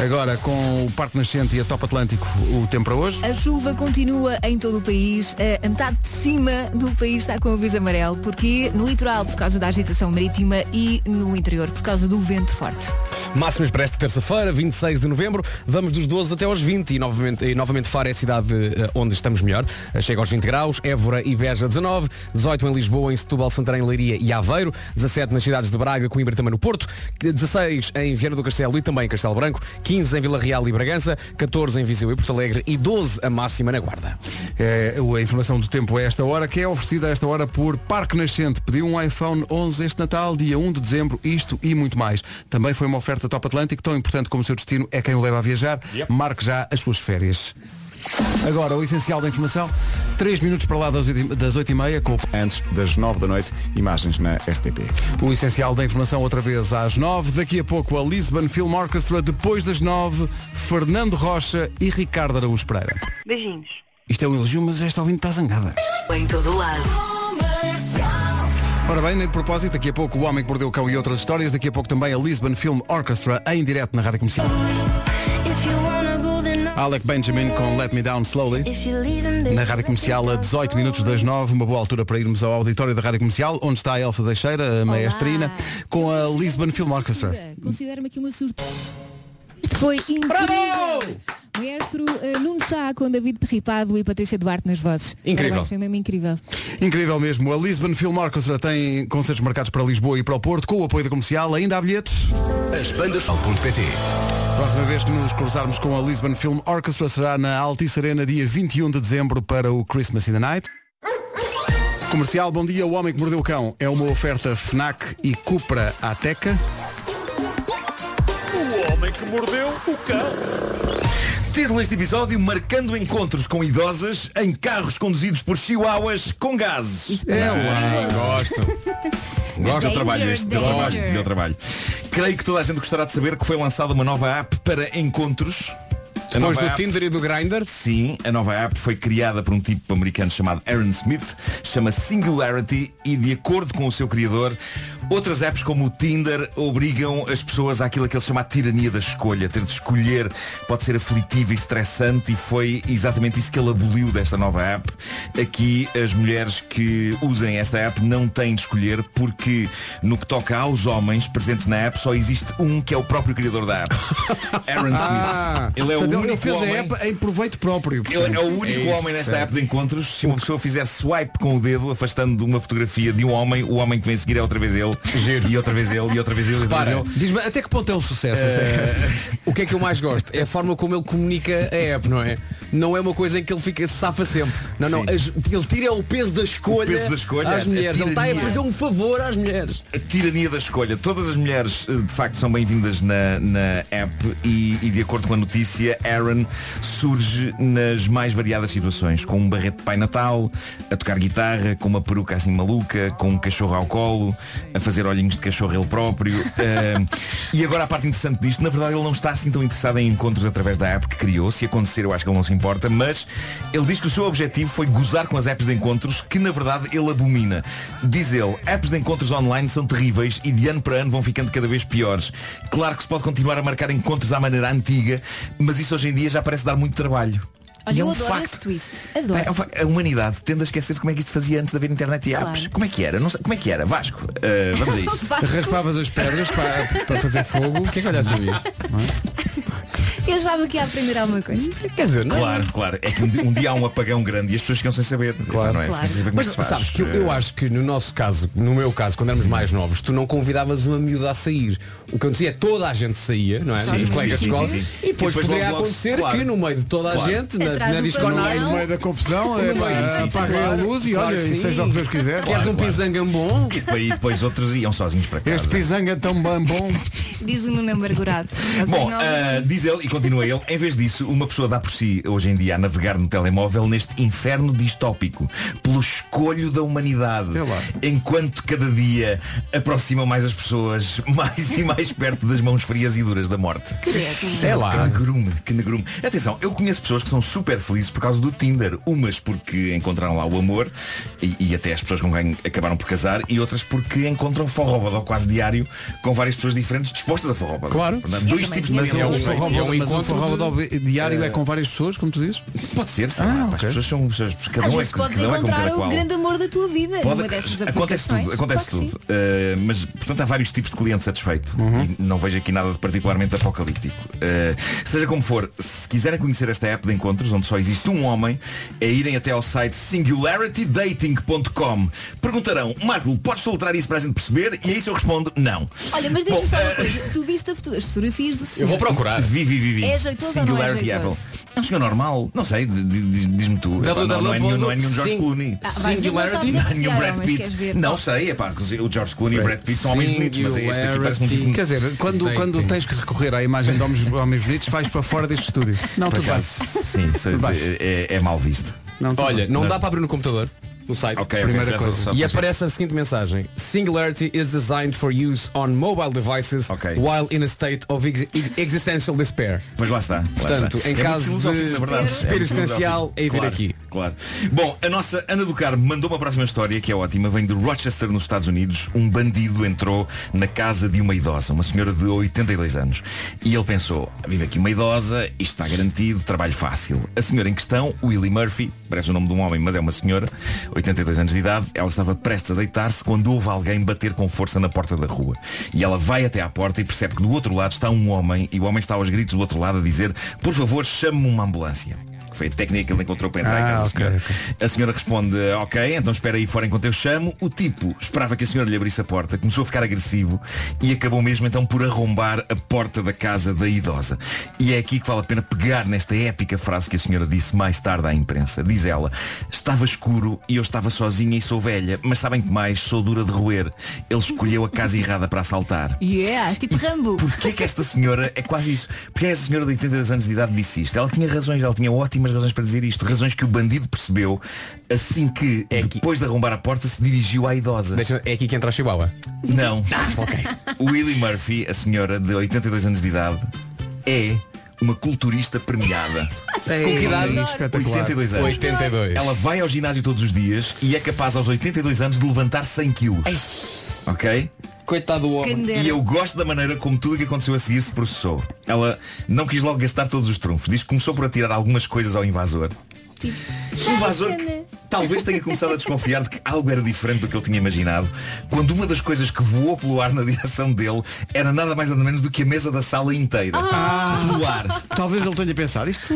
Agora com o Parque Nascente e a Top Atlântico, o tempo para hoje. A chuva continua em todo o país. Eh, A- A metade de cima do país está com o aviso amarelo, porque no litoral por causa da agitação marítima e no interior por causa do vento forte. Máximas para esta terça-feira, 26 de novembro. Vamos dos 12 até aos 20 e novamente, e novamente Faro é a cidade eh, onde estamos melhor. Eh, Chega aos 20 graus, Évora e Beja 19, 18 em Lisboa, em Setúbal, Santarém, Leiria e Aveiro, 17 nas cidades de Braga, Coimbra e também no Porto, 16 em Viana do Castelo e também em Castelo Branco, 15 em Vila Real e Bragança, 14 em Viseu e Porto Alegre e 12 a máxima na Guarda. É, a informação do tempo é esta hora, que é oferecida a esta hora por Parque Nascente. Pediu um iPhone 11 este Natal, dia 1 de dezembro, isto e muito mais. Também foi uma oferta Top Atlântico, tão importante como o seu destino é quem o leva a viajar. Marque já as suas férias. Agora, o essencial da informação, 3 minutos para lá das 8 e- das 8 e meia, com o Antes das 9 da noite, imagens na RTP. o essencial da informação outra vez às 9. Daqui a pouco a Lisbon Film Orchestra, depois das 9, Fernando Rocha e Ricardo Araújo Pereira. Beijinhos. Isto é um elogio, mas esta ouvinte está zangada. Em todo lado. Ora bem, nem de propósito, daqui a pouco O Homem que Mordeu o Cão e outras histórias, daqui a pouco também a Lisbon Film Orchestra em direto na Rádio Comercial. Alec Benjamin com Let Me Down Slowly. Na Rádio Comercial a 18 minutos das 9, uma boa altura para irmos ao auditório da Rádio Comercial, onde está a Elsa Deixeira, a maestrina, com a Lisbon Film Orchestra. Considera-me aqui uma surpresa. Isto foi incrível. Maestro eh, Nuno Sá com David Perripado e Patrícia Duarte nas vozes. Incrível. Parabéns, Foi mesmo incrível. Incrível mesmo. A Lisbon Film Orchestra tem concertos marcados para Lisboa e para o Porto, com o apoio da comercial. Ainda há bilhetes? As bandas. Próxima vez que nos cruzarmos com a Lisbon Film Orchestra será na Altice Arena, dia 21 de dezembro, para o Christmas in the Night. Comercial, bom dia. O Homem que Mordeu o Cão é uma oferta FNAC e Cupra Ateca. O homem que mordeu o cão. Título deste episódio Marcando Encontros com Idosas em Carros Conduzidos por Chihuahuas com Gases. É lá, gosto. Gosto Danger, do trabalho este, deu danger. trabalho, deu trabalho. Creio que toda a gente gostará de saber que foi lançada uma nova app para encontros. A Depois nova do app- Tinder e do Grindr. Sim, a nova app foi criada por um tipo americano chamado Aaron Smith, chama Singularity e de acordo com o seu criador, outras apps como o Tinder obrigam as pessoas àquilo que ele chama a tirania da escolha, ter de escolher pode ser aflitivo e estressante e foi exatamente isso que ele aboliu desta nova app. Aqui as mulheres que usem esta app não têm de escolher porque no que toca aos homens presentes na app só existe um que é o próprio criador da app, Aaron Smith. ele é o Ah. Portanto, único fez homem... a app em proveito próprio. Ele é o único homem nesta app de encontros. Se uma pessoa fizer swipe com o dedo, afastando de uma fotografia de um homem, o homem que vem seguir é outra vez ele. E outra vez ele, e outra vez ele, e outra vez Para, ele. diz-me até que ponto é um sucesso essa Eh, app? O que é que eu mais gosto? É a forma como ele comunica a app, não é? Não é uma coisa em que ele fica se safa sempre. Não, não, as- ele tira o peso da escolha, peso da escolha, às a mulheres. Ele está a tirania. fazer um favor às mulheres. A tirania da escolha. Todas as mulheres eh, de facto são bem-vindas na, na app e, e de acordo com a notícia, Aaron surge nas mais variadas situações, com um barrete de Pai Natal, a tocar guitarra, com uma peruca assim maluca, com um cachorro ao colo, a fazer olhinhos de cachorro ele próprio. Eh, e agora a parte interessante disto, na verdade ele não está assim tão interessado em encontros através da app que criou. Se acontecer eu acho que ele não se importa, mas ele diz que o seu objetivo foi gozar com as apps de encontros que na verdade ele abomina. Diz ele, apps de encontros online são terríveis e de ano para ano vão ficando cada vez piores. Claro que se pode continuar a marcar encontros à maneira antiga, mas isso hoje em dia já parece dar muito trabalho. Olha, E é eu um adoro facto. esse twist. Adoro. É um fa- A humanidade tende a esquecer como é que isto fazia antes de haver internet e apps. Claro. Como é que era? Não sei- como é que era? Vasco, eh, vamos a isso. Vasco. Raspavas as pedras para, fazer fogo. O que é que olhaste a mim? Eu estava aqui a aprender alguma coisa. Quer dizer, não é? Claro, claro. É que um dia, um dia há um apagão grande e as pessoas ficam sem saber. Claro, não é? Ficam sem saber como Mas é que se faz. sabes que eu, eu Eh, acho que no nosso caso, no meu caso, quando éramos mais novos, tu não convidavas uma miúda a sair. O que acontecia é toda a gente saía, não é? Sim, Os sim, colegas sim, de escola. sim, sim. E E depois, depois logo, poderia logo, acontecer claro. que no meio de toda a Claro. gente, na, Atrás na do disco night, pavilhão. No meio da confusão, é, pá, apaguem a luz e olha, e seja o que Deus quiser. Queres um pisangam bom? E depois, e depois outros iam sozinhos para casa. Este pisanga tão bem bom. Diz o Nuno amargurado. Vocês Bom, não- ah, diz ele e continua ele, em vez disso, uma pessoa dá por si hoje em dia a navegar no telemóvel neste inferno distópico, pelo escolho da humanidade. Enquanto cada dia aproximam mais as pessoas, mais e mais perto das mãos frias e duras da morte. Isto é lá. Que negrume, que negrume. Atenção, eu conheço pessoas que são super felizes por causa do Tinder. Umas porque encontraram lá o amor e, e até as pessoas com quem acabaram por casar e outras porque encontram forrobadó quase diário com várias pessoas diferentes dispostas a forrobadó. Claro. Dois tipos de Mas é um pessoas. forrobadó, mas um forrobadó diário é com várias pessoas, como tu dizes? Pode ser, Ah, sim. As pessoas são... Cada Às um é, vezes podes cada um é como encontrar cada o qual. grande amor da tua vida Pode- numa dessas acontece aplicações. tudo, acontece Claro que tudo. Uh, mas, portanto, há vários tipos de cliente satisfeito. E não vejo aqui nada de particularmente apocalíptico. Uh, seja como for, se quiserem conhecer esta app de encontros, onde só existe um homem, é irem até ao site singularitydating.com. Perguntarão, Marco, podes soltar isso para a gente perceber? E a isso eu respondo, não. sim. Olha, mas Bom, diz-me só uma eh, coisa. Tu viste a foto- as fotografias do senhor? Vi, vi, vi, vi. É jeitoso ou não é Singularity Apple. jeitoso? É um senhor normal? Não sei, di- di- diz- diz-me tu. Epá, não, não é nenhum, não é nenhum George Sim. Clooney. Ah, vais ver, não Não é sabes nenhum apreciar, Brad mas queres Pitt. ver. Não sei, é pá, o George Clooney e o Brad Pitt são homens bonitos, mas este aqui parece um tipo. Quer dizer, quando, quando tens que recorrer à imagem de homens, homens bonitos, vais para fora deste estúdio. Não, Por tudo bem. acaso, Sim, sei- Tudo bem. é, é mal visto. Olha, não Não. dá para abrir no computador. No site. ok, Primeira já só- coisa. só e para- aparece a seguinte mensagem. Singularity is designed for use on mobile devices while in a state of ex- existential despair. Mas lá está. lá Portanto, está. em É muito caso de filosófico, na verdade. desespero É muito existencial, filosófico. é ir Claro, aqui. Claro. Bom, a nossa Ana do Carmo mandou uma próxima história que é ótima. Vem de Rochester, nos Estados Unidos. Um bandido entrou na casa de uma idosa, uma senhora de 82 anos. E ele pensou, vive aqui uma idosa, isto está garantido, trabalho fácil. A senhora em questão, Willie Murphy, parece o nome de um homem, mas é uma senhora, 82 anos de idade, ela estava prestes a deitar-se quando ouve alguém bater com força na porta da rua. E ela vai até à porta e percebe que do outro lado está um homem e o homem está aos gritos do outro lado a dizer por favor, chame-me uma ambulância. Que Foi a técnica que ele encontrou para entrar em Ah, casa da ok, senhora. ok. A senhora responde, ok, então espera aí fora enquanto eu chamo. O tipo esperava que a senhora lhe abrisse a porta, começou a ficar agressivo e acabou mesmo então por arrombar a porta da casa da idosa. E é aqui que vale a pena pegar nesta épica frase que a senhora disse mais tarde à imprensa. Diz ela, estava escuro e eu estava sozinha e sou velha, mas sabem que mais, sou dura de roer. Ele escolheu a casa errada para assaltar. Yeah, tipo Rambo. Porquê é que esta senhora, é quase isso, porque esta senhora de 82 anos de idade disse isto? Ela tinha razões, ela tinha ótimas razões para dizer isto, razões que o bandido percebeu assim que, depois de arrombar a porta, se dirigiu à idosa. é aqui que entra a Chihuahua? Não. Willie Murphy, a senhora de 82 anos de idade, é uma culturista premiada. Ei, Com que idade? espetacular. 82 anos. É 82. Ela vai ao ginásio todos os dias e é capaz aos 82 anos de levantar 100 quilos. Ok? Coitado do homem. Quem dera. E eu gosto da maneira como tudo o que aconteceu a seguir se processou. Ela não quis logo gastar todos os trunfos. Diz que começou por atirar algumas coisas ao invasor. Um invasor que talvez tenha começado a desconfiar de que algo era diferente do que ele tinha imaginado, quando uma das coisas que voou pelo ar na direção dele era nada mais nada menos do que a mesa da sala inteira. Ah. Pelo ar. Talvez ele tenha pensado isto.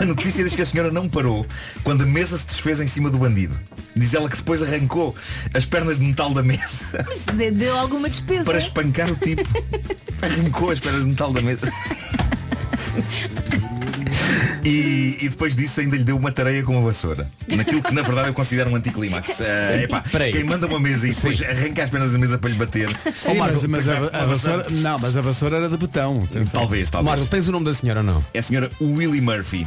A notícia diz que a senhora não parou quando a mesa se desfez em cima do bandido. Diz ela que depois arrancou as pernas de metal da mesa Mas de- deu alguma despesa. para espancar o tipo. Arrancou as pernas de metal da mesa. E, e depois disso ainda lhe deu uma tareia com uma vassoura. Naquilo que na verdade eu considero um anticlimax. Eh, epá, Peraí. quem manda uma mesa e depois arranca as pernas da mesa para lhe bater. Sim, mas, mas a, a vassoura, não, mas a vassoura era de betão. atenção. Talvez, talvez. Marco, tens o nome da senhora ou não? É a senhora Willie Murphy.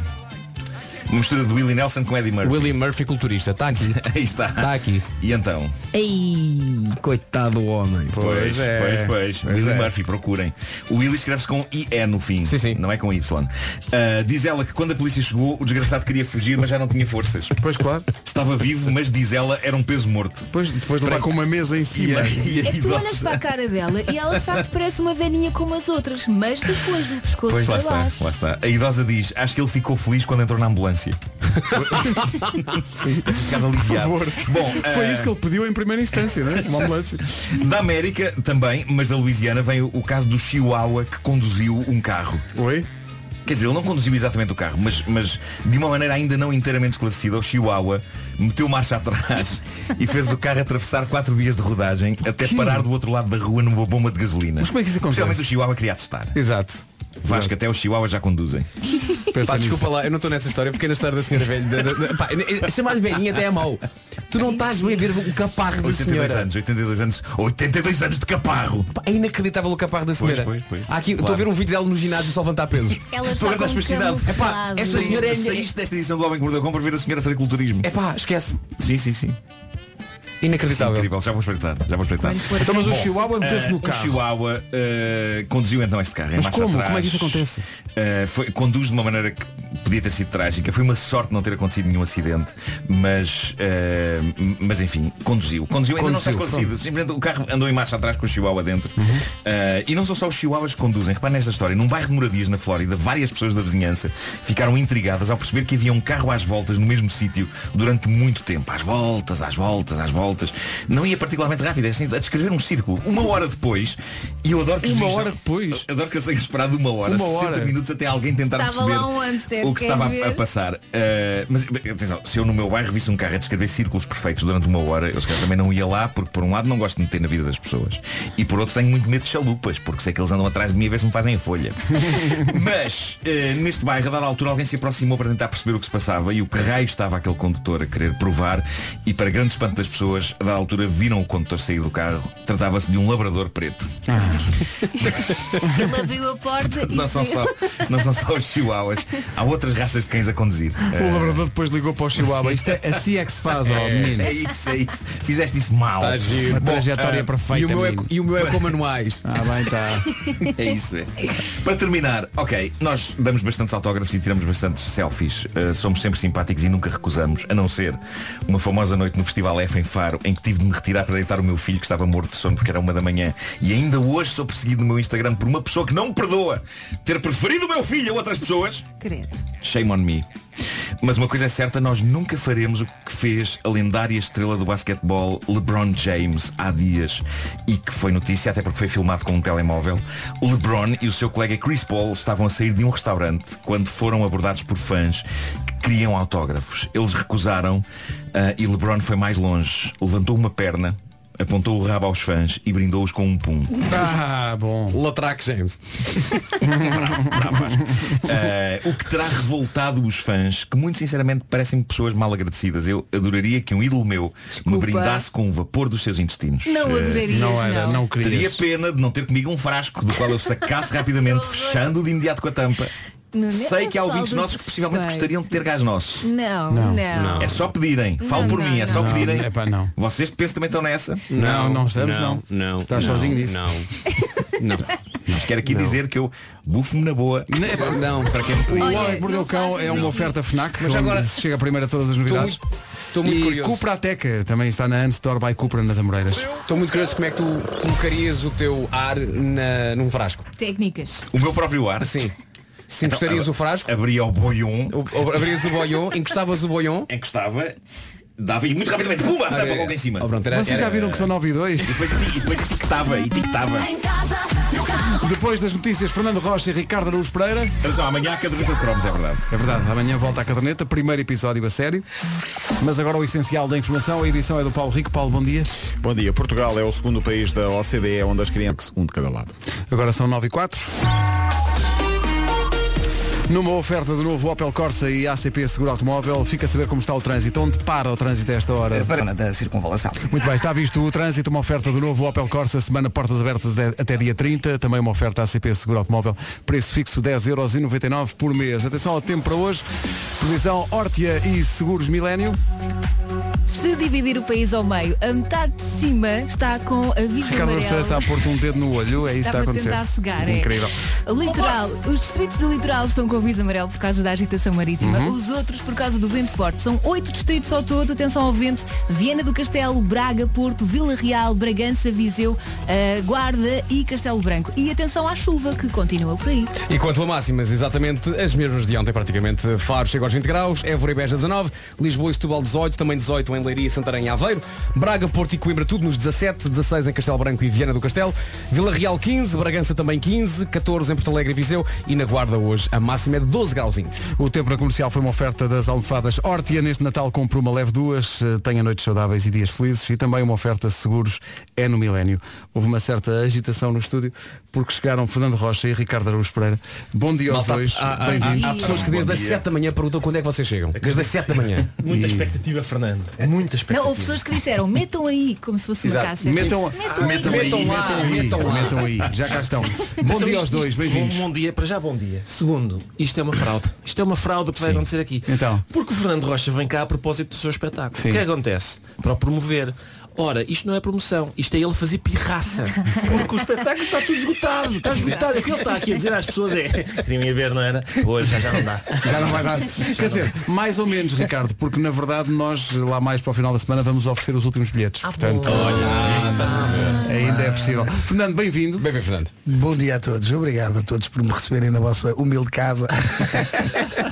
Uma mistura de Willie Nelson com Eddie Murphy. Willie Murphy, culturista, está aqui. Aí está. Está aqui. E então? Ei, coitado do homem. Pois, é. pois, pois. Willie Murphy, procurem. O Willie escreve-se com IE no fim. Não é com Y. Ah, diz ela que quando a polícia chegou, o desgraçado queria fugir, mas já não tinha forças. Pois claro. Estava vivo, mas diz ela, era um peso morto. Depois, depois levar com uma mesa em E cima. a, e a É que tu olhas idosa. para a cara dela e ela de facto parece uma velhinha como as outras, mas depois do pescoço Pois lá para está, baixo. lá está. A idosa diz, acho que ele ficou feliz quando entrou na ambulância. Ficava aliviado. Bom, Foi ah, isso que ele pediu em primeira instância, não é? Uma ambulância. Da América também, mas da Louisiana vem o, o caso do Chihuahua que conduziu um carro. Oi? Quer dizer, ele não conduziu exatamente o carro, mas, mas de uma maneira ainda não inteiramente esclarecida, o Chihuahua meteu marcha atrás e fez o carro atravessar quatro vias de rodagem até parar do outro lado da rua numa bomba de gasolina. Mas como é que isso acontece? Especialmente o Chihuahua queria testar. Exato. Vasco, até os Chihuahuas já conduzem. Pá, desculpa lá, eu não estou nessa história, eu fiquei na história da senhora velha. da- da- da- pá, eh, Chamar-lhe velhinha até é mau. Tu não estás bem a ver o caparro da 82 senhora. anos, 82 anos, 82 anos de caparro! Pá, É inacreditável o caparro da senhora. pois, pois. Há aqui, estou Claro. a ver um vídeo dela no ginásio só levantar pesos. Ela está com um camuflado. essa senhora é a Saíste- minha- Saíste desta edição do Homem que Mordeu a Cão para ver a senhora fazer culturismo. É Tá pá, esquece. Sim, sim, sim. Inacreditável. Sim, é incrível, já vou espreitar, já vou espreitar. Quando for- Então, mas o Bom, Chihuahua meteu-se eh, no O carro. Chihuahua eh, conduziu então este carro em Mas marcha como? atrás. Como é que isso acontece? Eh, foi, conduz de uma maneira que podia ter sido trágica. Foi uma sorte não ter acontecido nenhum acidente, mas, eh, mas enfim, conduziu. Conduziu, ainda não está Conduziu, esclarecido. pronto. Simplesmente o carro andou em marcha atrás com o Chihuahua dentro. Uhum. Eh, e não são só os Chihuahuas que conduzem. Repare nesta história. Num bairro de moradias na Flórida, várias pessoas da vizinhança ficaram intrigadas ao perceber que havia um carro às voltas no mesmo sítio durante muito tempo. Às voltas, às voltas, às voltas. Não ia particularmente rápido, é assim, a descrever um círculo. Uma hora depois, e eu adoro que os Uma vizinhos- hora depois? Adoro que eu tenha esperado uma hora, Uma 60 hora. minutos até alguém tentar Estava perceber lá um hamster, o que queres estava ver? a, a passar. Eh, mas bem, atenção, se eu no meu bairro visse um carro a descrever círculos perfeitos durante uma hora, eu se calhar também não ia lá, porque por um lado não gosto de meter na vida das pessoas. E por outro tenho muito medo de chalupas, porque sei que eles andam atrás de mim a ver se me fazem a folha. mas eh, neste bairro, a dada altura, alguém se aproximou para tentar perceber o que se passava e o que raio estava aquele condutor a querer provar. E para grande espanto das pessoas, a dada altura viram o condutor sair do carro. Tratava-se de um labrador preto. Ele abriu a porta e Não são, saiu. só, não são só os chihuahuas. Há outras raças de cães a conduzir. O labrador depois ligou para o Chihuahua. Isto é assim é que se faz, ó, menino. É, é isso, é isso. Fizeste isso mal. Tá giro. Uma trajetória perfeita, E o meu é, menino. e o meu é com manuais. Ah, bem, tá. É isso, é. Para terminar, ok, nós damos bastantes autógrafos e tiramos bastantes selfies. Uh, somos sempre simpáticos e nunca recusamos, a não ser uma famosa noite no Festival F em Faro, em que tive de me retirar para deitar o meu filho que estava morto de sono porque era uma da manhã. E ainda hoje sou perseguido no meu Instagram por uma pessoa que não me perdoa ter preferido o meu filho a outras pessoas. Credo. Shame on me. Mas uma coisa é certa, nós nunca faremos o que fez a lendária estrela do basquetebol LeBron James há dias e que foi notícia, até porque foi filmado com um telemóvel. O LeBron e o seu colega Chris Paul estavam a sair de um restaurante quando foram abordados por fãs que queriam autógrafos. Eles recusaram ah, e LeBron foi mais longe. Levantou uma perna, apontou o rabo aos fãs e brindou-os com um pum. Ah, bom. Latraque James. Eh, o que terá revoltado os fãs, que muito sinceramente parecem pessoas mal agradecidas. Eu adoraria que um ídolo meu me brindasse com o vapor dos seus intestinos. assim, Não Eh, adorarias, Não era, não. não querias. Teria pena de não ter comigo um frasco do qual eu sacasse rapidamente, fechando de imediato com a tampa. Não, é Sei que há não ouvintes falo nossos que possivelmente respeito. gostariam de ter gás nosso. Não, não. É só pedirem. Não, Falo por não, mim, é só não. pedirem. Não, epá, não. Vocês de penso também estão nessa? Não, não estamos, não. Não. Estás não, sozinho nisso. Não. não. Mas quero aqui dizer que eu bufo-me na boa. É Não, para quem me O pedir. Homem que Mordeu o Cão é uma oferta FNAC, Mas onde agora- se chega primeiro a todas as novidades. estou muito e curioso. Cupra Ateca também está na Unstore by Cupra nas Amoreiras. Estou muito curioso como é que tu colocarias o teu ar na- num frasco. Técnicas. O meu próprio ar? Sim. Então, Se encostarias o frasco. Abria o boion. Abrias o boion, encostavas o boion. Encostava. Dava e muito rapidamente. Pum! Arredava Olha, logo em cima. oh, pronto, era- Vocês já viram que são 9 e 2? E depois etiquetava, etiquetava. Depois das notícias, Fernando Rocha e Ricardo Araújo Pereira. Atenção, amanhã a caderneta de cromos, é verdade. É verdade, amanhã volta à caderneta, primeiro episódio a sério. Mas agora o essencial da informação, a edição é do Paulo Rico. Paulo, bom dia. Bom dia. Portugal é o segundo país da OCDE onde as crianças... Um de cada lado. Agora são 9 e 4. Numa oferta do novo Opel Corsa e ACP Seguro Automóvel, fica a saber como está o trânsito. Onde para o trânsito a esta hora? Para da circunvalação. Muito bem, está visto o trânsito, uma oferta do novo Opel Corsa, semana portas abertas de- até dia 30, também uma oferta ACP Seguro Automóvel, preço fixo 10,99€ por mês. Atenção ao tempo para hoje, previsão Hortia e Seguros Milénio. Se dividir o país ao meio, a metade de cima está com aviso Ricardo Araújo amarelo. está a pôr-te um dedo no olho, é isso que está a Estava a acontecer. tentar cegar, é. Incrível. Litoral, os distritos do litoral estão com aviso amarelo por causa da agitação marítima, Uhum. os outros por causa do vento forte. São oito distritos ao todo, atenção ao vento, Viena do Castelo, Braga, Porto, Vila Real, Bragança, Viseu, eh, Guarda e Castelo Branco. E atenção à chuva que continua por aí. E quanto a máximas, exatamente as mesmas de ontem praticamente. Faro chega aos 20 graus, Évora e Beja 19, Lisboa e Setúbal 18, também 18 em Leiria, Santarém e Aveiro, Braga, Porto e Coimbra tudo nos 17, 16 em Castelo Branco e Viana do Castelo, Vila Real 15, Bragança também 15, 14 em Porto Alegre e Viseu e na Guarda hoje a máxima é de 12 grauzinhos. O tempo na comercial foi uma oferta das almofadas Hortia. Neste Natal compre uma leve duas. eh, Tenha noites saudáveis e dias felizes. E também uma oferta seguros é no milénio. Houve uma certa agitação no estúdio porque chegaram Fernando Rocha e Ricardo Araújo Pereira. Bom dia aos Malta, dois. há- há- Bem-vindos. há- há pessoas que desde as 7 da manhã perguntam quando é que vocês chegam. Desde as 7 da manhã. Muita E- expectativa, Fernando. Muita Não, houve pessoas que disseram, metam aí, como se fosse É Exato. uma caça. Metam- metam, metam aí. aí, metam aí, metam aí. Já cá estão. Bom dia aos dois, bem-vindos. Então Bom, bom dia, para já bom dia. Segundo, isto é uma fraude. Isto é uma fraude que vai Sim. acontecer aqui. Então. Porque o Fernando Rocha vem cá a propósito do seu espetáculo. Sim. O que é que acontece? Para o promover. Ora, isto não é promoção, isto é ele fazer pirraça. Porque o espetáculo está tudo esgotado, está esgotado. O que ele está aqui a dizer às pessoas é queriam ir ver, não era? Hoje já, já não dá. Já não vai dar. Quer dizer, mais ou menos, Ricardo, porque na verdade nós lá mais para o final da semana vamos oferecer os últimos bilhetes. Portanto, ainda é possível. Fernando, bem-vindo. Bem-vindo, Fernando. Bom dia a todos, obrigado a todos por me receberem na vossa humilde casa.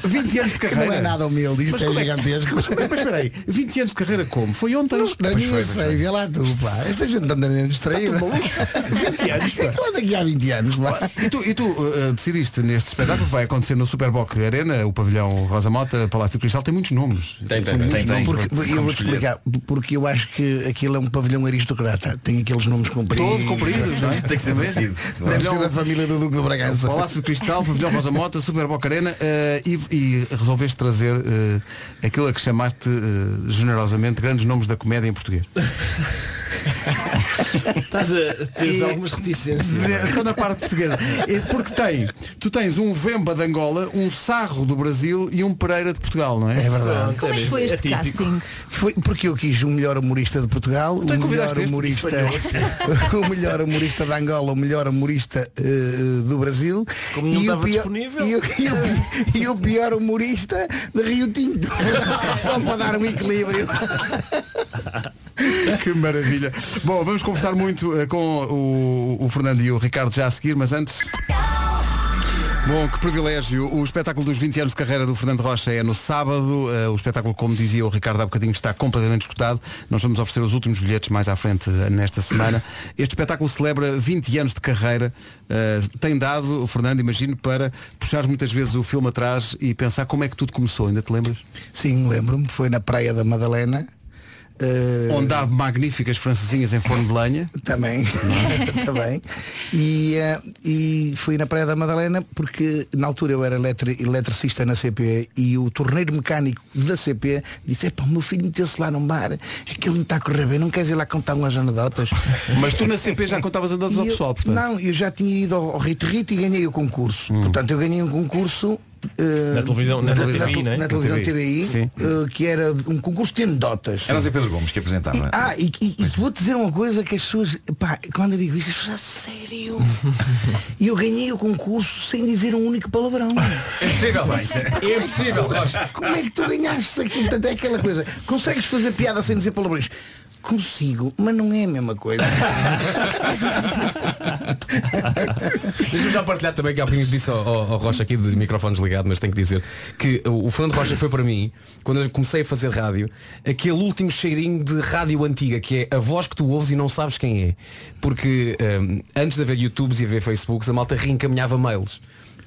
20 anos de Que carreira. Não é nada humilde, isto Mas é como é que- gigantesco. Mas, mas espera aí, 20 anos de carreira como? Foi ontem? Não, Pois não, nem foi, eu pois sei, vê lá tu, pá. Esta gente anda meio distraída. 20 anos, pá. Quando é que há 20 anos, pá? E tu, e tu, uh, uh, decidiste neste espetáculo que vai acontecer no Superboc Arena, o pavilhão Rosa Mota, Palácio de Cristal, tem muitos nomes. São muitos nomes. Porque, eu vou te explicar, porque eu acho que aquilo é um pavilhão aristocrata. Tem aqueles nomes compridos. Todo comprido, não é? Tem que ser decidido. Deve ser da família do Duque de Bragança. um Palácio de Cristal, Pavilhão Rosa Mota, Super Boca Arena eh, e, e resolveste trazer eh, aquilo a que chamaste eh, generosamente grandes nomes da comédia em português. Estás a ter algumas reticências. É, Só na parte portuguesa. Eh, Porque tem, tu tens um Vemba de Angola, um Sarro do Brasil e um Pereira de Portugal, não é? É verdade. Como é que foi este casting? Foi porque eu quis o melhor humorista de Portugal, o Então melhor convidaste este? humorista, Espanhol. o melhor humorista de Angola, o melhor humorista eh, eh, do Brasil Como não e, o estava pior, disponível. e, o, e o pi- e o pior humorista de Rio Tinto. Só para dar um equilíbrio. Que maravilha. Bom, vamos conversar muito eh, com o, o Fernando e o Ricardo já a seguir, mas antes. Bom, que privilégio. O espetáculo dos 20 anos de carreira do Fernando Rocha é no sábado. Eh, o espetáculo, como dizia o Ricardo há bocadinho, está completamente escutado. Nós vamos oferecer os últimos bilhetes mais à frente eh, nesta semana. Este espetáculo celebra 20 anos de carreira. Eh, tem dado, Fernando, imagino, para puxares muitas vezes o filme atrás e pensar como é que tudo começou. Ainda te lembras? Sim, lembro-me, foi na Praia da Madalena. eh, Onde há magníficas francesinhas em forno de lenha. Também, também. E, eh, e fui na Praia da Madalena porque na altura eu era eletri- eletricista na CP e o torneiro mecânico da CP disse, epá, o meu filho meteu-se lá num bar, aquilo não está a correr bem, não queres ir lá contar umas anedotas? Mas tu na CP já contavas andadas ao E eu- pessoal, portanto. Não, eu já tinha ido ao ao Rito Rito e ganhei o concurso. Portanto, eu ganhei um concurso. eh, Na televisão- na televisão, te- né? na Na televisão TV. TVI, Sim. eh, que era um concurso de anedotas. Era o Zé Pedro Gomes que apresentava. E- ah, e, e- e vou dizer uma coisa que as pessoas, pá, quando eu digo isso, as pessoas, "A sério? E eu ganhei o concurso sem dizer um único palavrão. É impossível, é impossível, Rocha. Como é que tu ganhaste aquilo? Portanto, é aquela coisa. Consegues fazer piada sem dizer palavrões? Consigo, mas não é a mesma coisa. Deixa-me já partilhar também que há bocadinho disse ao, ao- ao Rocha aqui de microfone desligado, mas tenho que dizer que o o Fernando Rocha foi para mim, quando eu comecei a fazer rádio, aquele último cheirinho de rádio antiga, que é a voz que tu ouves e não sabes quem é. Porque hum, antes de haver YouTubes e haver Facebooks, a malta reencaminhava mails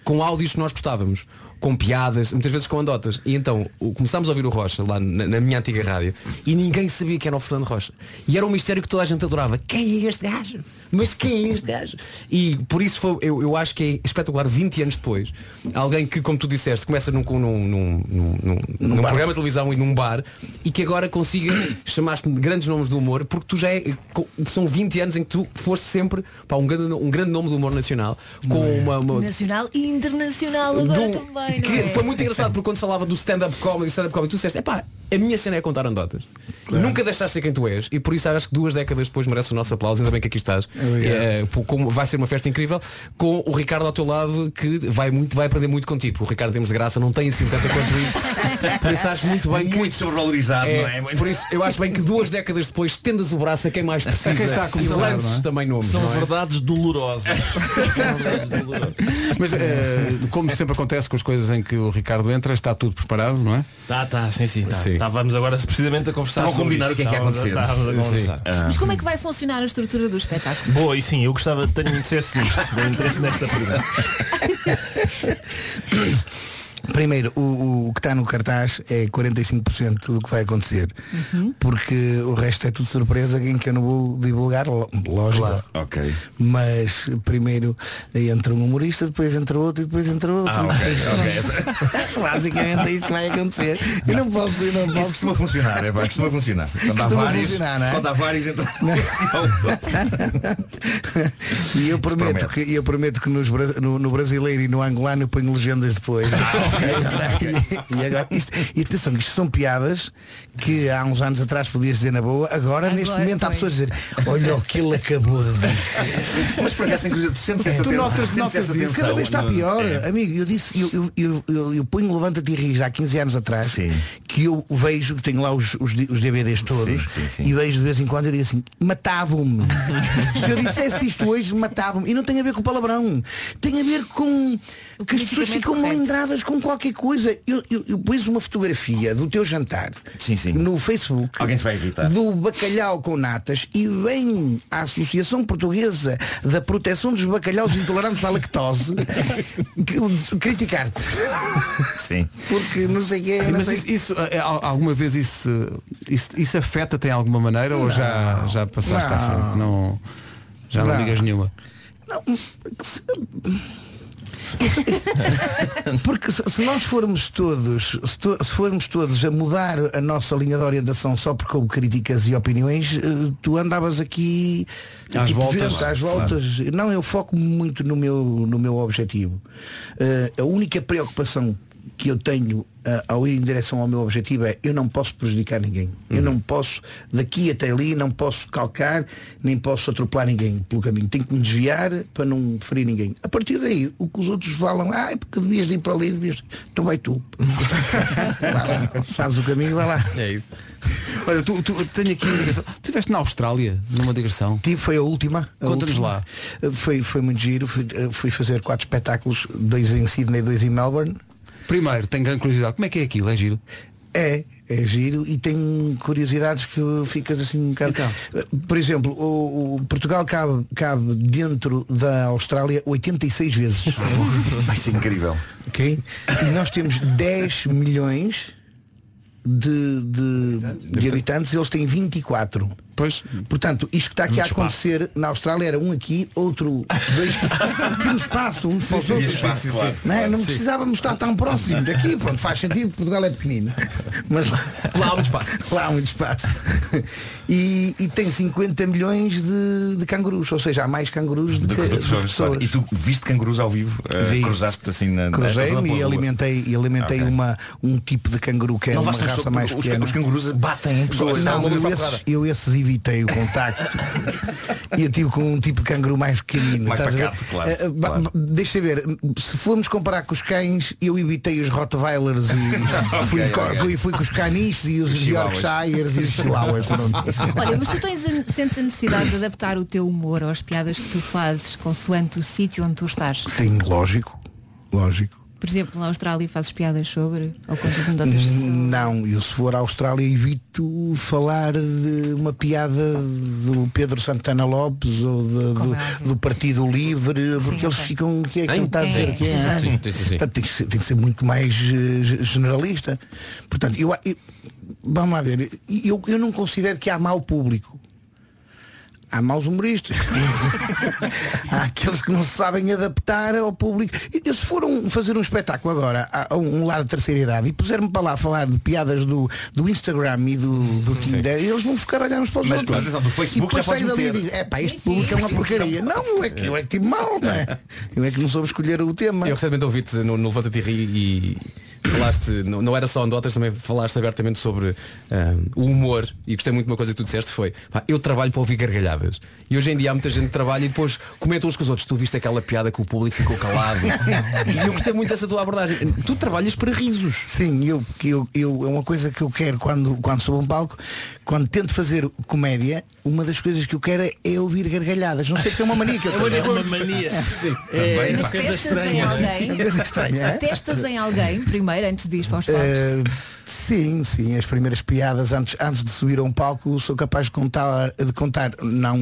com áudios que nós gostávamos. Com piadas, muitas vezes com andotas. E então o- começámos a ouvir o Rocha lá na, na minha antiga rádio e ninguém sabia que era o Fernando Rocha. E era um mistério que toda a gente adorava. Quem é este gajo? Mas quem é este gajo? E por isso foi, eu, eu acho que é espetacular 20 anos depois. Alguém que, como tu disseste, começa num, num, num, num, num- num bar. programa de televisão e num bar e que agora consiga chamar-te de grandes nomes do humor porque tu já é, co- são 20 anos em que tu foste sempre para um grande, um grande nome do humor nacional com uma- uma Nacional e internacional agora do- também, não que é? Foi muito engraçado porque quando se falava do stand-up comedy, stand-up comedy, tu disseste, epá, a minha cena é contar andotas. Nunca deixaste de ser quem tu és e por isso acho que duas décadas depois merece o nosso aplauso, ainda bem que aqui estás. É Obrigado. Eh, por- como vai ser uma festa incrível, com o Ricardo ao teu lado que vai, muito, vai aprender muito contigo. O Ricardo temos de graça, não tem assim tanta quanto isso. por isso acho muito bem que- Muito sobrevalorizado, não é? Por isso eu acho bem que duas décadas depois tendas o braço a quem mais precisa A quem está a começar, e lances não é? também nomes. São não é? verdades dolorosas. Mas eh, como sempre acontece com as coisas em que o Ricardo entra, está tudo preparado, não é? Tá, tá, sim, sim. Tá. Sim. Estávamos agora precisamente a conversar Estavam a sobre combinar isso. o que é que ia Estávamos a- acontecer. Estávamos a Sim. conversar. Mas como é que vai funcionar a estrutura do espetáculo? Boa, e sim, eu gostava, tenho um interesse nisto, tenho interesse nesta pergunta. Primeiro, o- o, o que está no cartaz é 45% do que vai acontecer. Porque o resto é tudo surpresa em que eu não vou divulgar, lo- lógico. Ok. Mas primeiro entra um humorista, depois entra outro e depois entra outro. Ah, ok, Depois- ok. Essa- Basicamente é isso que vai acontecer. Eu não posso, eu não Isso posso. costuma funcionar, é pá, costuma funcionar. Quando há Costuma vários, funcionar, não é? quando há vários, então... E eu prometo, que, eu prometo que nos bra- no, no brasileiro e no angolano eu ponho legendas depois. Ah, e, e agora, isto, e atenção, que isto são piadas que há uns anos atrás podias dizer na boa, agora, neste momento há pessoas a dizer, olha o que ele acabou de dizer. Mas por acaso tem coisa, tu sentes essa É, tu tensão, notas, sentes notas essa isso. tensão, Cada vez está não- pior. é. Amigo, eu disse, eu, eu, eu, eu, eu ponho Levanta-te e Ris há 15 anos atrás, que eu vejo, que tenho lá os, os, D- os DVDs todos, Sim, sim, sim. e vejo de vez em quando e digo assim, matavam-me. Se eu dissesse isto hoje, matavam-me. E não tem a ver com o palavrão. Tem a ver com que as pessoas politicamente ficam correto. melindradas com qualquer coisa. Eu, eu, eu pus uma fotografia do teu jantar no Facebook Alguém se vai irritar. do bacalhau com natas e vem a Associação Portuguesa da Proteção dos Bacalhaus Intolerantes à Lactose que- criticar-te. Sim. Porque não sei quê, não Mas sei isso, isso, eh, al- alguma vez isso, isso, isso afeta tem alguma maneira ou já, já passaste à Não. frente? Não, já não, Não. ligas nenhuma. Porque se, se nós formos todos, se, to- se formos todos a mudar a nossa linha de orientação só porque houve críticas e opiniões, eh, tu andavas aqui Às tipo, voltas, vezes, às claro. voltas. Não, eu foco muito no meu, no meu objetivo. Eh, a única preocupação que eu tenho ah, ao ir em direção ao meu objetivo é eu não posso prejudicar ninguém. Eu não posso, daqui até ali, não posso calcar, nem posso atropelar ninguém pelo caminho. Tenho que me desviar para não ferir ninguém. A partir daí, o que os outros falam, ah, é porque devias de ir para ali, devias. Então vai tu. Vai lá, sabes o caminho, vai lá. É isso. Olha, tu, tu- tenho aqui uma digressão. Tu estiveste na Austrália, numa digressão. Tive, foi a última. a Conta-nos última. lá. Uh, Foi, foi muito giro. Fui, uh, fui fazer quatro espetáculos, dois em Sydney, dois em Melbourne. Primeiro, tenho grande curiosidade. Como é que é aquilo? É giro? É, é giro e tem curiosidades que ficas assim um bocado. Então. Uh, Por exemplo, o, o Portugal cabe, cabe dentro da Austrália 86 vezes. Vai ser incrível. ok? E nós temos 10 milhões de, de, de habitantes, eles têm 24. Pois. Portanto, isto que está aqui Muito a acontecer na Austrália era um aqui, outro dois. Tínhamos espaço uns para os Sim, sim, outros. sim, espaço, Não claro, é? claro, Não sim. precisávamos estar tão próximo daqui, pronto, faz sentido, Portugal é pequenino. Mas lá, Lá há muito espaço. Lá há muito espaço. E, e tem 50 milhões de, de cangurus, ou seja, há mais cangurus do Do que, que tu do que pessoas, claro. É, pessoas. E tu viste cangurus ao vivo? Eh, Vi. Cruzaste assim na. na- cruzada Cruzei-me pela e rua. alimentei, e alimentei Ok. uma, um tipo de canguru que é Não uma levaste um raça soco, mais os, pequena. os cangurus batem em pessoas. são Não, uma eu coisa esses, absurda. eu esses evitei o contacto e eu tive com um tipo de canguru mais pequenino. Mais estás a ver? pacato, claro, Eh, eh, ba- claro. ba- Deixa eu ver, se formos comparar com os cães, eu evitei os Rottweilers e fui, Ok, co- ok. fui- fui com os caniches e os, Os chihuahuas. Yorkshires e os Chihuahuas. pronto. Olha, mas tu tens a, sentes a necessidade de adaptar o teu humor às piadas que tu fazes consoante o sítio onde tu estás. Sim, lógico, lógico. Por exemplo, na Austrália fazes piadas sobre ou contas anedotas Hum, Não, eu se for à Austrália evito falar de uma piada do Pedro Santana Lopes ou de- do, do Partido Livre, porque eles ficam, o que é que Hein? ele está a dizer? É, O que é? exato. Sim, sim, sim. Portanto, tem que ser, tem que ser muito mais eh, ge- generalista. Portanto, eu, eu- vamos lá ver, eu, eu não considero que há mau público. Há maus humoristas. há aqueles que não se sabem adaptar ao público. Eu, se for um- fazer um espetáculo agora a, a um lar de terceira idade e puser-me para lá falar de piadas do, do Instagram e do, do Tinder, eles vão ficar a olhar uns para os Mas, outros. mas atenção, do Facebook e depois já podes saio dali e meter. digo, é pá, Sim, este sim. público é uma Sim, sim. porcaria. Não, eu é que, eu é que tive mal, não é? Eu é que não soube escolher o tema. Eu recentemente ouvi-te no, no Levanta-te e Ri e falaste, não, não era só andotas, também falaste abertamente sobre ahm, o humor e gostei muito de uma coisa que tu disseste foi pá, eu trabalho para ouvir gargalhadas e hoje em dia há muita gente que trabalha e depois comenta uns com os outros tu viste aquela piada que o público ficou calado e eu gostei muito dessa tua abordagem tu trabalhas para risos Sim, eu, eu, eu, é uma coisa que eu quero quando, quando subo a um palco, quando tento fazer comédia, uma das coisas que eu quero é- é ouvir gargalhadas. Não sei porque é uma mania que eu É uma- tenho. é uma mania. Sim. Também, É pá. uma coisa testas estranha, em não é? alguém. Uma coisa estranha, é? Testas em alguém primeiro antes de ir para os palcos. Eh, sim, sim, as primeiras piadas antes, antes de subir a um palco sou capaz de contar, de contar não,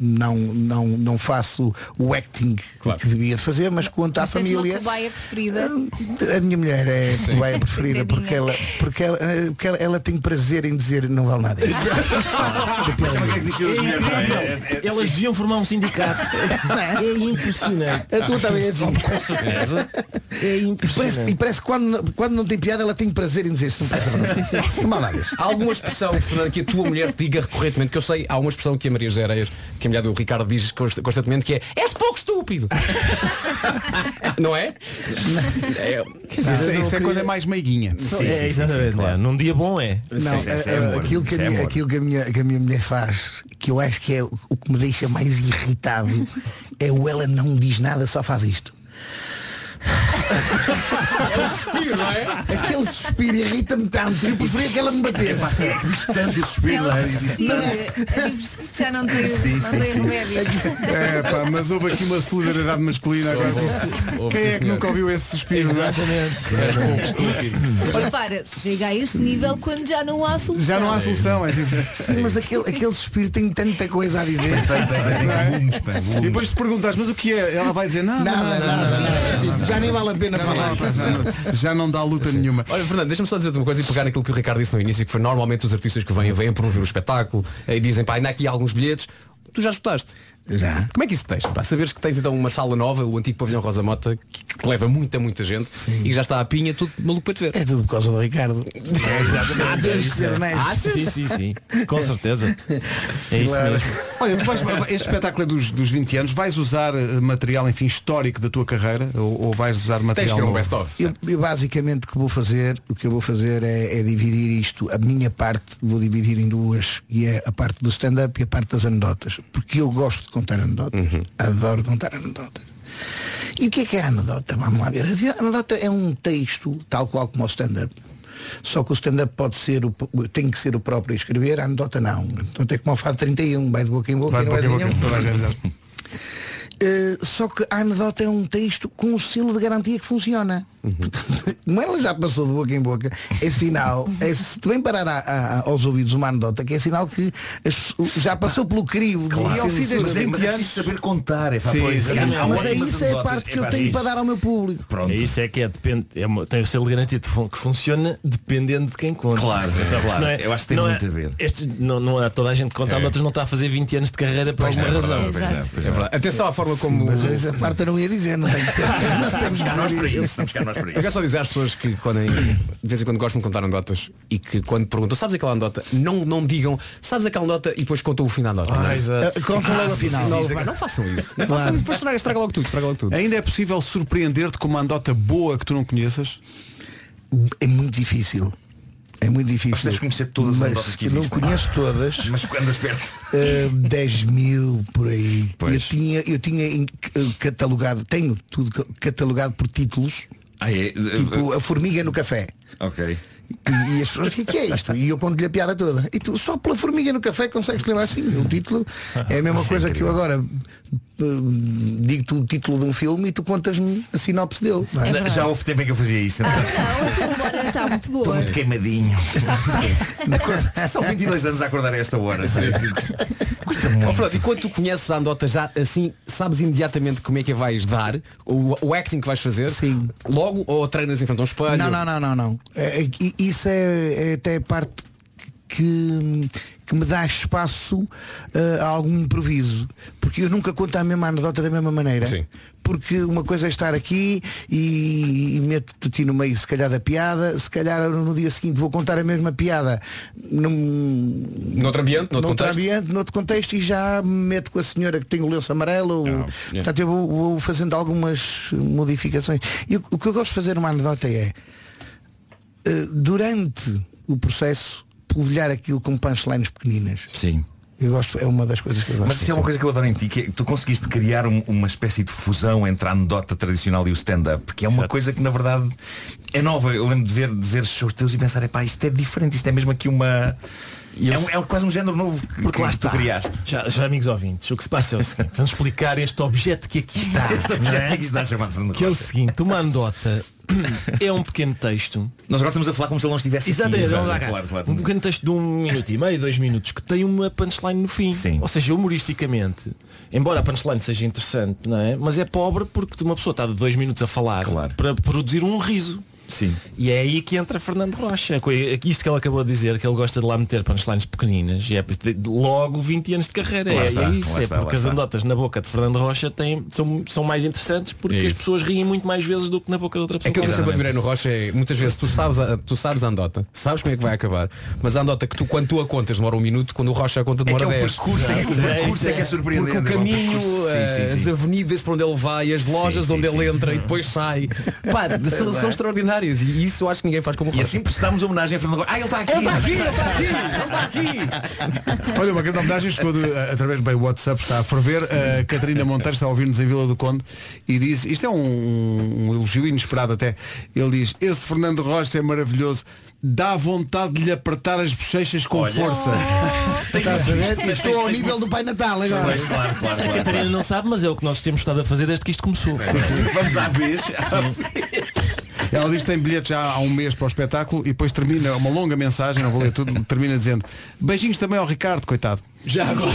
não, não, não faço o acting que devia de fazer, mas conto à Mas tens família. Eh, uma cobaia preferida. A minha mulher é Sim. a cobaia preferida Coitadinha. porque, ela, porque, ela, eh, porque ela, ela tem prazer em dizer não vale nada. é É, Elas deviam formar um sindicato. É impressionante. A tua também é assim. Com certeza. É E parece, impressionante. e parece que quando, quando não tem piada ela tem prazer em dizer isso. Não parece nada. Não vale nada disso. Há alguma expressão, Fernando, que a tua mulher te diga recorrentemente, que eu sei, há uma expressão que a Maria Gereias, que a mulher do Ricardo diz const- constantemente, que é és pouco estúpido. não é? é Quer dizer, isso é- isso é quando é mais meiguinha. é, exatamente. é. Num dia bom é. Não, a- a- aquilo, que a, é é minha, aquilo que, a minha, que a minha mulher faz, que eu acho que é o o que me deixa mais irritado, é o ela não diz nada, só faz isto. um suspiro, não é? Aquele suspiro irrita-me tanto. Eu preferia que ela me batesse. É distante o suspiro, Ela precisa- Isto já não tem, Sim, não sim, tem sim. remédio. É, pá, mas houve aqui uma solidariedade masculina agora. houve, Quem sim, é que senhor. nunca ouviu esse suspiro? não é? És pouco estúpido. Repara, se chega a este nível quando já não há solução. Já não há solução, é assim. Sim, mas aquele, aquele suspiro tem tanta coisa a dizer. E depois te perguntas, mas o que é? Ela vai dizer, não, não, Nada, nada, não, não, não, nada. não, não. Já nem vale a pena falar. Já não dá luta nenhuma. Olha, Fernando, deixa-me só dizer-te uma coisa e pegar naquilo que o Ricardo disse no início, que foi normalmente os artistas que vêm, vêm promover o espetáculo eh, e dizem, pá, ainda há aqui alguns bilhetes. Tu já esgotaste. Já. Como é que isso tens? Para saberes que tens então uma sala nova, o antigo pavilhão Rosa Mota, que, que leva muita, muita gente e que já está à pinha, tudo maluco para te ver. É tudo por causa do Ricardo. Exatamente, Temos é que isso, ser é. honestos. Ah, sim, sim, sim. Com certeza. É isso Claro. mesmo. Olha, tu vais- este espetáculo é dos, dos 20 anos, vais usar eh, material, enfim, histórico da tua carreira ou, ou vais usar material ter um novo? best-of. Eu, eu basicamente o que vou fazer, o que eu vou fazer é, é dividir isto, a minha parte vou dividir em duas, e é a parte do stand-up e a parte das anedotas. Porque eu gosto de contar anedotas. Uhum. Adoro contar anedotas. E o que é que é a anedota? Vamos lá ver. A anedota é um texto, tal qual como o stand-up, Só que o stand-up pode ser, o, tem que ser o próprio a escrever, a anedota não. Então tem como ao fado 31, vai de boca em boca. Vai de e não boca em é de boca, nenhum. toda a gente sabe. Uh, só que a anedota é um texto com o selo de garantia que funciona. Portanto, Como ela já passou de boca em boca, é sinal, é, se também parar a- a- aos ouvidos uma anedota, que é sinal que as- já passou pelo crivo. de Claro. censura. mas, é, mas é preciso saber contar, é pá, Sim, pois, sim, há sim. Mas ótimas é isso, é a anedotas, parte que pá, eu tenho isso. para dar ao meu público. Pronto. É isso é que é, depende, é uma- tem o selo garantido de fun- que funciona dependendo de quem conta. Claro, Atenção, claro. não é, Eu acho que tem não muito a ver. este- não, não há toda a gente que conta, É. a outras não está a fazer 20 anos de carreira por Pois alguma é, é razão. verdade, pois é, pois é. É verdade. Atenção à forma Sim, como. mas essa parte eu não ia dizer, não tem que ser. Não temos que dizer. Eu quero só dizer às pessoas que quando em- de vez em quando gostam de contar anedotas e que quando perguntam, sabes aquela anedota? Não, não digam, sabes aquela anedota e depois contam o fim da anedota. Ah, Não. exato. Eh, Ah, Contam Ah, logo o sim, final. sim, sim, Não, sim. não façam isso. Não Claro. façam isso, depois estraga, estraga logo tudo, estraga logo tudo. Ainda é possível surpreender-te com uma anedota boa que tu não conheças? É muito difícil. É muito difícil. Mas tens de conhecer todas as Mas anedotas que eu não existem. conheço todas. é? Mas quando as perto. Ah, 10 mil por aí. Eu tinha, eu tinha em- catalogado, tenho tudo ca- catalogado por títulos. Ah, é? Tipo a formiga no café. Ok. E, e as pessoas, o que é que é isto? E eu conto-lhe a piada toda. E tu só pela formiga no café consegues lembrar assim. O título é a mesma Isso é coisa que eu incrível. agora eh, digo-te o título de um filme e tu contas-me a sinopse dele. não é? Já houve tempo em que eu fazia Ah, isso. Está muito Estou Ah, boa. muito queimadinho. é São 22 anos a acordar a esta hora. É, Ó, Fernando, e quando tu conheces a anedota já assim, sabes imediatamente como é que a vais dar, o, o acting que vais fazer, Sim. logo ou treinas em frente a um espelho? Não, não, não, não, não. É, é, i- isso é, é até a parte que, que me dá espaço eh, a algum improviso. Porque eu nunca conto a mesma anedota da mesma maneira. Sim. Porque uma coisa é estar aqui e, e meto-te a ti no meio, se calhar, da piada, se calhar no dia seguinte vou contar a mesma piada num, Noutro ambiente, noutro contexto. ambiente, noutro contexto e já me meto com a senhora que tem o lenço amarelo. ou- Portanto, eu vou, vou fazendo algumas modificações. E o, o que eu gosto de fazer numa anedota é, eh, durante o processo, polvilhar aquilo com punchlines pequeninas. Sim. Eu gosto, é uma das coisas que eu gosto. Mas isso é uma coisa que eu adoro em ti, que é que tu conseguiste criar um- uma espécie de fusão entre a anedota tradicional e o stand-up, que é uma coisa que na verdade é nova. Eu lembro de ver, de ver shows teus e pensar, epá, isto é diferente, isto é mesmo aqui uma. É, um- é quase um género novo que, que tu está. criaste. Já, já, amigos ouvintes, o que se passa é o seguinte, vamos explicar este objeto que aqui está. Este objeto não é? que aqui está chamado Fernando Que é o seguinte, uma anedota é um pequeno texto. Nós agora estamos a falar como se ele não estivesse aqui. Exatamente, Exato, vamos lá cá. claro, claro. Um pequeno texto de um minuto e meio, dois minutos, que tem uma punchline no fim. Ou seja, humoristicamente, embora a punchline seja interessante, não é? Mas é pobre porque uma pessoa está de dois minutos a falar para produzir um riso. Sim. E é aí que entra Fernando Rocha. com Isto que ele acabou de dizer, que ele gosta de lá meter punchlines pequeninas, e é logo 20 anos de carreira. Lá é, está, é lá isso, é está, lá porque as está. anedotas na boca de Fernando Rocha têm, são, são mais interessantes É porque as pessoas riem muito mais vezes do que na boca de outra pessoa. É que eu sempre admirei no Rocha é, muitas vezes tu sabes, a, tu sabes a andota, sabes como é que vai acabar, mas a andota que tu quando tu a contas demora um minuto, quando o Rocha a conta É que demora é o 10. percurso, é que- o percurso é que é surpreendente, Porque o é o caminho, percurso, sim, sim, eh, sim. as avenidas para onde ele vai, as lojas sim, onde ele sim. é? entra e depois sai. Pá, são, são extraordinárias e isso eu acho que ninguém faz como o E Rocha. assim prestamos homenagem a Fernando Rocha. Ah, ele está aqui! Ele está aqui, ele está aqui, ele está aqui! Olha, uma grande homenagem chegou de, eh, através do WhatsApp, está a ferver. A Catarina Monteiro está a ouvir-nos em Vila do Conde e diz, isto é um, um elogio inesperado até, ele diz, esse Fernando Rocha é maravilhoso, dá vontade de lhe apertar as bochechas com força. Estás a ver? é Tens- Estou ao tens- nível do Pai Natal agora. Pois, claro, claro, claro. A Catarina não sabe, mas é o que nós temos estado a fazer desde que isto começou. Vamos à vez. Ela diz que tem bilhetes já há um mês para o espetáculo e depois termina uma longa mensagem, não vou ler tudo, termina dizendo beijinhos também ao Ricardo, coitado. Já agora.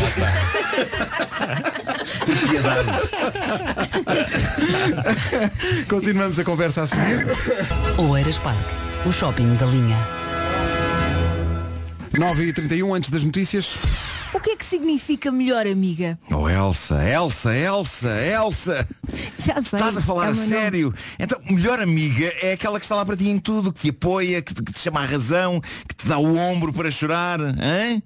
Continuamos a conversa a seguir. Oeiras Park, o shopping da linha. 9h31 antes das notícias. O que é que significa melhor amiga? Oh Elsa, Elsa, Elsa, Elsa! Já sei. Estás a falar É a o meu nome. sério? Então, melhor amiga é aquela que está lá para ti em tudo, que te apoia, que te, que te chama à razão, que te dá o ombro para chorar, hein?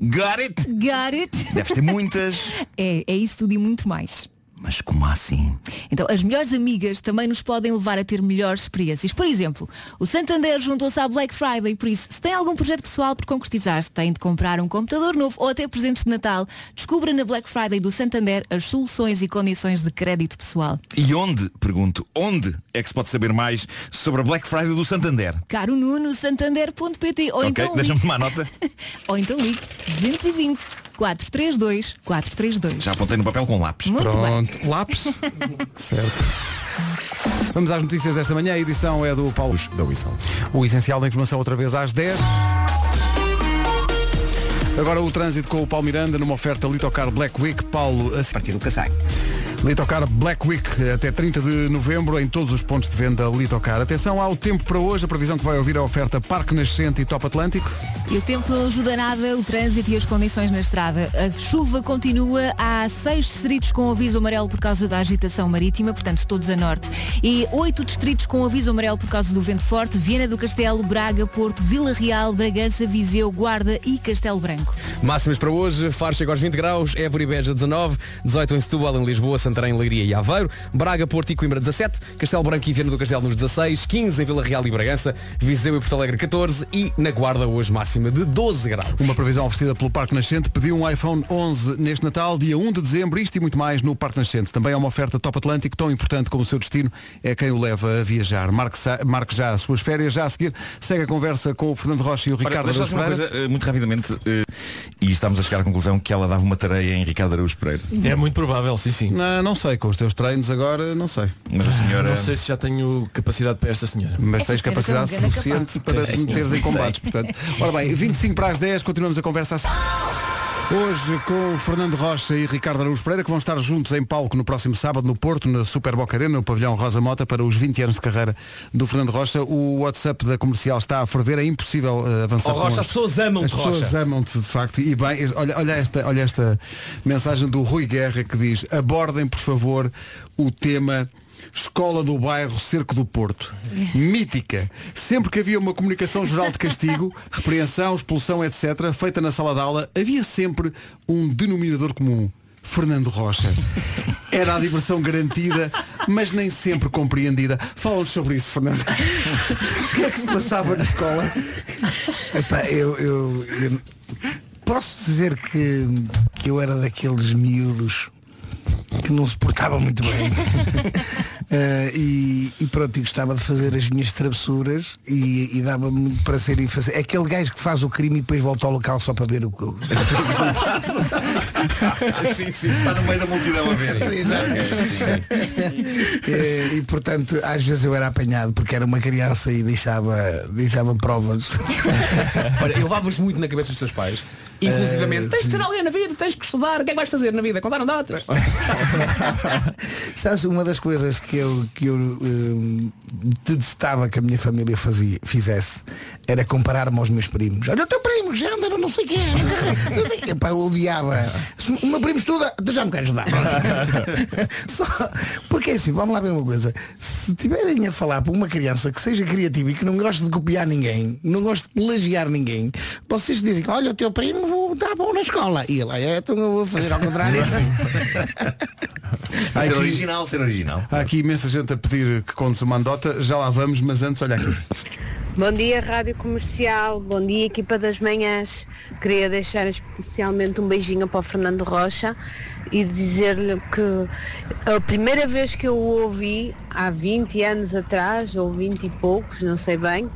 Got it? Got it. Deves ter muitas. É, é isso tudo e muito mais. Mas como assim? Então, as melhores amigas também nos podem levar a ter melhores experiências. Por exemplo, o Santander juntou-se à Black Friday, por isso, se tem algum projeto pessoal por concretizar, se tem de comprar um computador novo ou até presentes de Natal, descubra na Black Friday do Santander as soluções e condições de crédito pessoal. E onde, pergunto, onde é que se pode saber mais sobre a Black Friday do Santander? Caro Nuno, santander.pt ou ok, então deixa-me ligue- tomar nota. ou então ligue 220 432 432. Já apontei no papel com um lápis. Muito Pronto, lápis. certo. Vamos às notícias desta manhã. A edição é do Paulo da Whistle. O essencial da informação outra vez às 10. Agora o trânsito com o Paulo Miranda numa oferta Litocar Black Week. Paulo, a partir do casaco. Litocar Black Week até 30 de novembro em todos os pontos de venda Litocar. Atenção ao tempo para hoje. A previsão que vai ouvir é a oferta Parque Nascente e Top Atlântico. E o tempo não ajuda nada o trânsito e as condições na estrada. A chuva continua, há seis distritos com aviso amarelo por causa da agitação marítima, portanto todos a norte. E oito distritos com aviso amarelo por causa do vento forte, Viena do Castelo, Braga, Porto, Vila Real, Bragança, Viseu, Guarda e Castelo Branco. Máximas para hoje, Faro chega aos 20 graus, Évora e Beja 19, 18 em Setúbal, em Lisboa, Santarém, Leiria e Aveiro, Braga, Porto e Coimbra 17, Castelo Branco e Viana do Castelo nos 16, 15 em Vila Real e Bragança, Viseu e Porto Alegre 14 e na Guarda hoje máxima de 12 graus. Uma previsão oferecida pelo Parque Nascente pediu um iPhone 11 neste Natal, dia 1 de dezembro, isto e muito mais no Parque Nascente. Também é uma oferta Top Atlântico, tão importante como o seu destino é quem o leva a viajar. Marque, sa- marque já as suas férias, já a seguir segue a conversa com o Fernando Rocha e o Ricardo Olha, deixa eu Araújo dizer uma Pereira. coisa, eh, muito rapidamente, eh, e estamos a chegar à conclusão que ela dava uma tareia em Ricardo Araújo Pereira. É muito provável, sim, sim. Não, não sei, com os teus treinos agora, não sei. Ah, Mas a senhora- Não sei se já tenho capacidade para esta senhora. Mas tens capacidade suficiente para te meteres em combates. Portanto. Ora bem, 25 para as 10, continuamos a conversa assim. Hoje com o Fernando Rocha e Ricardo Araújo Pereira, que vão estar juntos em palco no próximo sábado no Porto, na Super Boca Arena, no pavilhão Rosa Mota, para os 20 anos de carreira do Fernando Rocha. O WhatsApp da comercial está a ferver, é impossível eh, avançar. Oh, com Rocha, hoje. as pessoas amam-te, As pessoas Rocha. amam-te, de facto. E bem, es- olha, olha, esta, olha esta mensagem do Rui Guerra que diz abordem, por favor, o tema Escola do Bairro Cerco do Porto. Mítica. Sempre que havia uma comunicação geral de castigo, repreensão, expulsão, etc., feita na sala de aula, havia sempre um denominador comum. Fernando Rocha. Era a diversão garantida, mas nem sempre compreendida. Fala-nos sobre isso, Fernando. O que é que se passava na escola? Epá, eu, eu- eu posso dizer que, que eu era daqueles miúdos que não se portava muito bem. Eh, e, e pronto, e gostava de fazer as minhas travessuras e, e dava muito para ser em fazer. É aquele gajo que faz o crime e depois volta ao local só para ver o que. sim, sim, está no meio da multidão a ver. Eh, e portanto, às vezes eu era apanhado porque era uma criança e deixava, deixava provas. Olha, levavas muito na cabeça dos teus pais, inclusivamente. Eh, Tens de ser alguém na vida, tens que estudar, o que é que vais fazer na vida? Contar notas? Sabes, uma das coisas que eu, que eu hum, detestava que a minha família fazia, fizesse era comparar-me aos meus primos. Olha o teu primo, já anda no não sei quê. não sei quê. Epá, eu odiava. Se o meu primo estuda, tu já me queres ajudar. Só, porque é assim, vamos lá ver uma coisa. Se tiverem a falar para uma criança que seja criativa e que não goste de copiar ninguém, não goste de plagiar ninguém, vocês dizem, olha o teu primo vou, está bom na escola. E ele, é, então eu vou fazer ao contrário. Ai, ser que- Ah, é original, ser original. Há aqui imensa gente a pedir que contes uma andota, já lá vamos, mas antes, olha aqui. Bom dia, Rádio Comercial. Bom dia, equipa das manhãs. Queria deixar especialmente um beijinho para o Fernando Rocha e dizer-lhe que a primeira vez que eu o ouvi, há 20 anos atrás, ou 20 e poucos, não sei bem,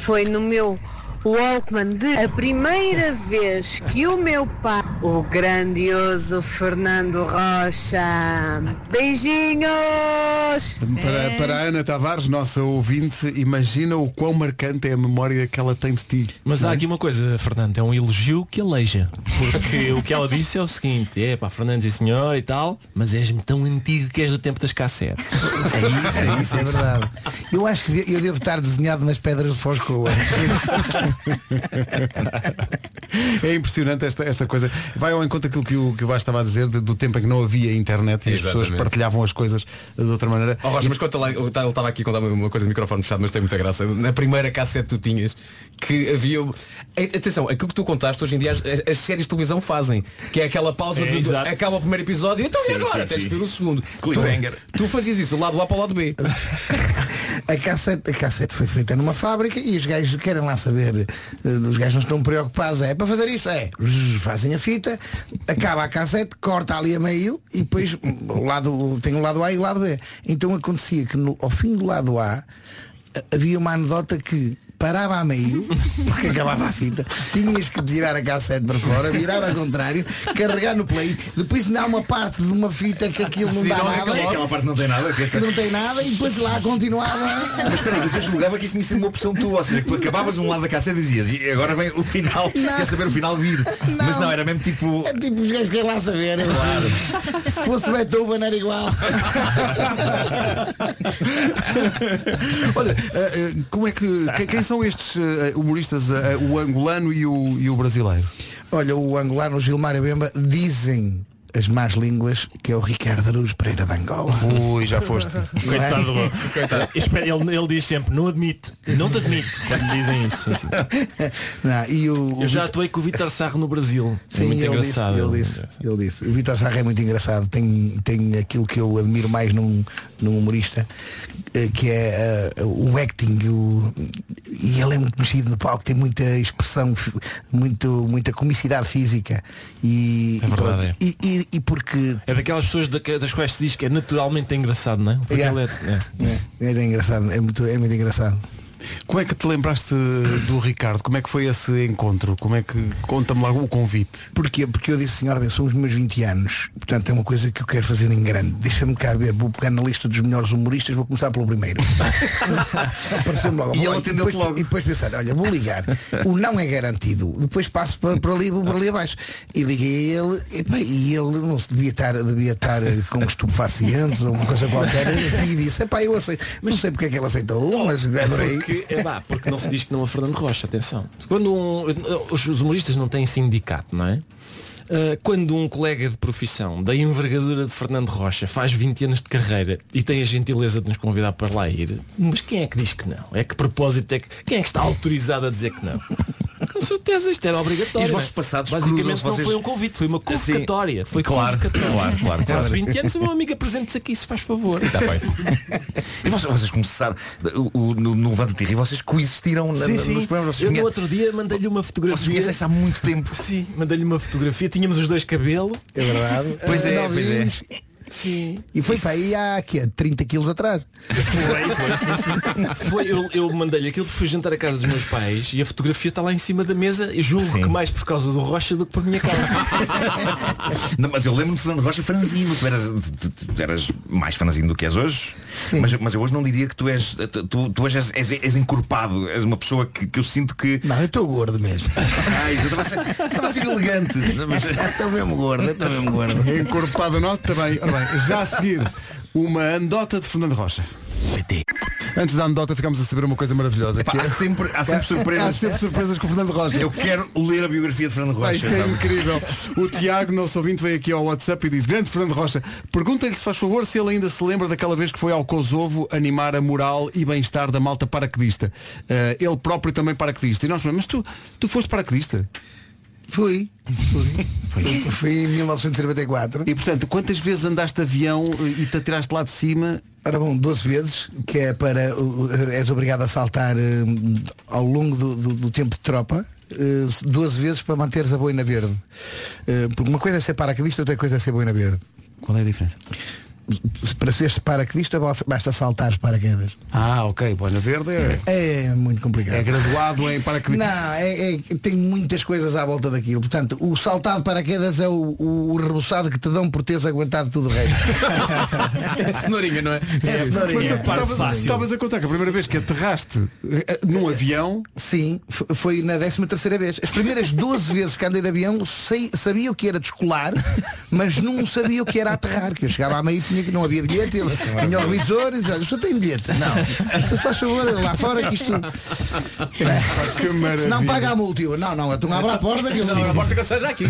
foi no meu Walkman. De... A primeira vez que o meu pai, o grandioso Fernando Rocha. Beijinhos! Para, para a Ana Tavares, nossa ouvinte, imagina o quão marcante é a memória que ela tem de ti. Mas Não há é? aqui uma coisa, Fernando, é um elogio que aleija. Porque o que ela disse é o seguinte, é pá, Fernandes e senhor e tal, mas és-me tão antigo que és do tempo das cassetes. É isso, é isso, é verdade. Eu acho que de- eu devo estar desenhado nas pedras de Foscoa. É impressionante esta, esta coisa. Vai ao encontro daquilo que o, que o Vasco estava a dizer, de- do tempo em que não havia internet e as Exatamente. pessoas partilhavam as coisas de outra maneira. Ó Rocha, mas conta lá, eu ta- ele estava aqui a contar uma- uma coisa de microfone fechado, mas tem muita graça. Na primeira cassete que tu tinhas, que havia. A- Atenção, aquilo que tu contaste hoje em dia as, as séries de televisão fazem, que é aquela pausa É, de, exato. acaba o primeiro episódio, então e Sim, agora? sim, Tens sim. que ver o segundo. Cliffhanger. Tu, tu fazias isso, do lado A para o lado B. A cassete, a cassete foi feita numa fábrica e os gajos querem lá saber, eh, os gajos não estão preocupados, é para fazer isto, é, Zzz, fazem a fita, acaba a cassete, corta ali a meio e depois hum, o lado, tem o lado A e o lado B. Então acontecia que no- ao fim do lado A a- havia uma anedota que parava a meio, porque acabava a fita, tinhas que tirar a cassete para fora, virar ao contrário, carregar no play, depois ainda há uma parte de uma fita que aquilo não Assim, Sim, dá não, nada. aquela- aquela parte não tem nada, que é esta- Não tem nada e depois lá continuava. Mas espera aí, mas eu julgava que isso tinha sido uma opção tua, ou seja, que tu acabavas um lado da cassete e dizias, e agora vem o final, se Não. quer saber o final vir. Mas não, era mesmo tipo. É tipo os gajos que querem lá saber. é Se fosse Beethoven era igual. Olha, eh, eh, como é que. que- Quem são estes eh, humoristas, eh, o angolano e o, e o brasileiro? Olha, o angolano Gilmar Bemba dizem as más línguas que é o Ricardo Aruz Pereira de Angola. é? Ui, já foste. Coitado, do- coitado. Espera, Ele, ele diz sempre, não admito, não te admito quando me dizem isso. Sim, sim. Não, e o, Eu o já Vit- atuei com o Vitor Sarro no Brasil. Sim, é muito ele engraçado. Disse, ele, disse, ele disse. O Vitor Sarra é muito engraçado. Tem, tem aquilo que eu admiro mais num, num humorista, eh, que é eh, o acting. o- e ele é muito mexido no palco, tem muita expressão, fi- muito, muita comicidade física. E, É verdade, é. e, e- e porque É daquelas pessoas da- das quais se diz que é naturalmente engraçado, não é? Porque Yeah. ele é- é, é. é engraçado, é muito, é muito engraçado. Como é que te lembraste do Ricardo? Como é que foi esse encontro? Como é que. Conta-me lá o convite. Porquê? Porque eu disse, senhor, bem, são os meus 20 anos, portanto é uma coisa que eu quero fazer em grande. Deixa-me cá ver, vou pegar na lista dos melhores humoristas, vou começar pelo primeiro. Apareceu-me logo. E ele Vou- atendeu-te depois- logo. E depois pensar, olha, vou ligar. O não é garantido. Depois passo para, para ali, vou para ali abaixo. E liguei a ele, e, pá, e ele não se devia estar, devia estar eh, com estupefacientes ou uma coisa qualquer. E disse, epá, eu aceito. Não sei porque é que ele Oh, aceitou, mas adorei. Porque, é pá, porque não se diz que não a Fernando Rocha, atenção. Quando um- os os humoristas não têm sindicato, não é? Ah, quando um colega de profissão da envergadura de Fernando Rocha faz 20 anos de carreira e tem a gentileza de nos convidar para lá ir, mas quem é que diz que não? É que propósito é que. Quem é que está autorizado a dizer que não? Com certeza, isto era E obrigatório. os não é? vossos passados Basicamente não cruzam-se, vocês- foi um convite, foi uma Assim, convocatória. foi claro, convocatória. claro, claro, claro. Faz 20 anos, uma amiga apresente-se aqui, se faz favor. Está bem. E vocês, vocês começaram o- o- no, no Levanta Tirri, vocês coexistiram na, Sim, na- sim. nos programas. Eu Vocês no conhe- outro dia mandei-lhe uma vocês fotografia. conhecem-se há muito tempo. Sim, mandei-lhe uma fotografia. Tínhamos os dois cabelo. É verdade. Pois é, Eh, pois é. novinhos. Sim. E foi para aí há quê? 30 quilos atrás. Foi, foi, sim, sim. Foi, eu, eu mandei-lhe aquilo porque fui jantar à casa dos meus pais e a fotografia está lá em cima da mesa. E julgo que mais por causa do Rocha do que por minha causa. Não, mas eu lembro-me de Fernando Rocha franzino. Tu eras, tu- tu- tu eras mais franzino do que és hoje. Mas, mas eu hoje não diria que tu és. Tu, tu- tu hoje és, és, és encorpado. És uma pessoa que, que eu sinto que. Não, eu estou gordo mesmo. Ai, eu estava a ser, estava a ser elegante. Não, mas- Estou Então, mesmo gordo, estou mesmo gordo. Encorpada nota É também. Ora bem, já a seguir, uma andota de Fernando Rocha. Antes da andota ficamos a saber uma coisa maravilhosa. Epá, que é- há sempre- há sempre surpresas. Há sempre surpresas com o Fernando Rocha. Eu quero ler a biografia de Fernando Rocha. Pá, isto é sabe? incrível. O Tiago, nosso ouvinte, veio aqui ao WhatsApp e diz Grande Fernando Rocha, pergunta-lhe se faz favor se ele ainda se lembra daquela vez que foi ao Kosovo animar a moral e bem-estar da malta paraquedista. Eh, ele próprio também paraquedista. E nós mas tu, tu foste paraquedista? Fui. Fui. Fui em 1994. E portanto, quantas vezes andaste de avião eh, e te atiraste lá de cima? Ora bom, 12 vezes, que é para. uh, és obrigado a saltar hum, ao longo do, do- do tempo de tropa. eh, 12 vezes para manteres a boina verde. Eh, Porque uma coisa é ser paraquedista, outra coisa é ser boina verde. Qual é a diferença? Para seres paraquedista basta saltar os paraquedas. Ah, ok, Boina Verde é, É muito complicado. é graduado em paraquedista. Não, é, é- tem muitas coisas à volta daquilo. Portanto, o saltado de paraquedas é o, o, o reboçado que te dão por teres aguentado tudo o resto. Cenourinha, não é? É cenourinha. Mas É a parte estavas- fácil. Estavas a contar que a primeira vez que aterraste eh, num avião. Sim, f- foi na 13 terceira vez. As primeiras 12 vezes que andei de avião sei- sabia o que era descolar, mas não sabia o que era aterrar, que eu chegava à meia e tinha que não havia bilhete, ele é vinha ao revisor e dizia, olha, o senhor tem bilhete? Não. Se faz favor, lá fora que isto. Que maravilha. Se não paga a multa, eu, não, não, então abre a porta que eu Não, abre a porta que eu seja aqui.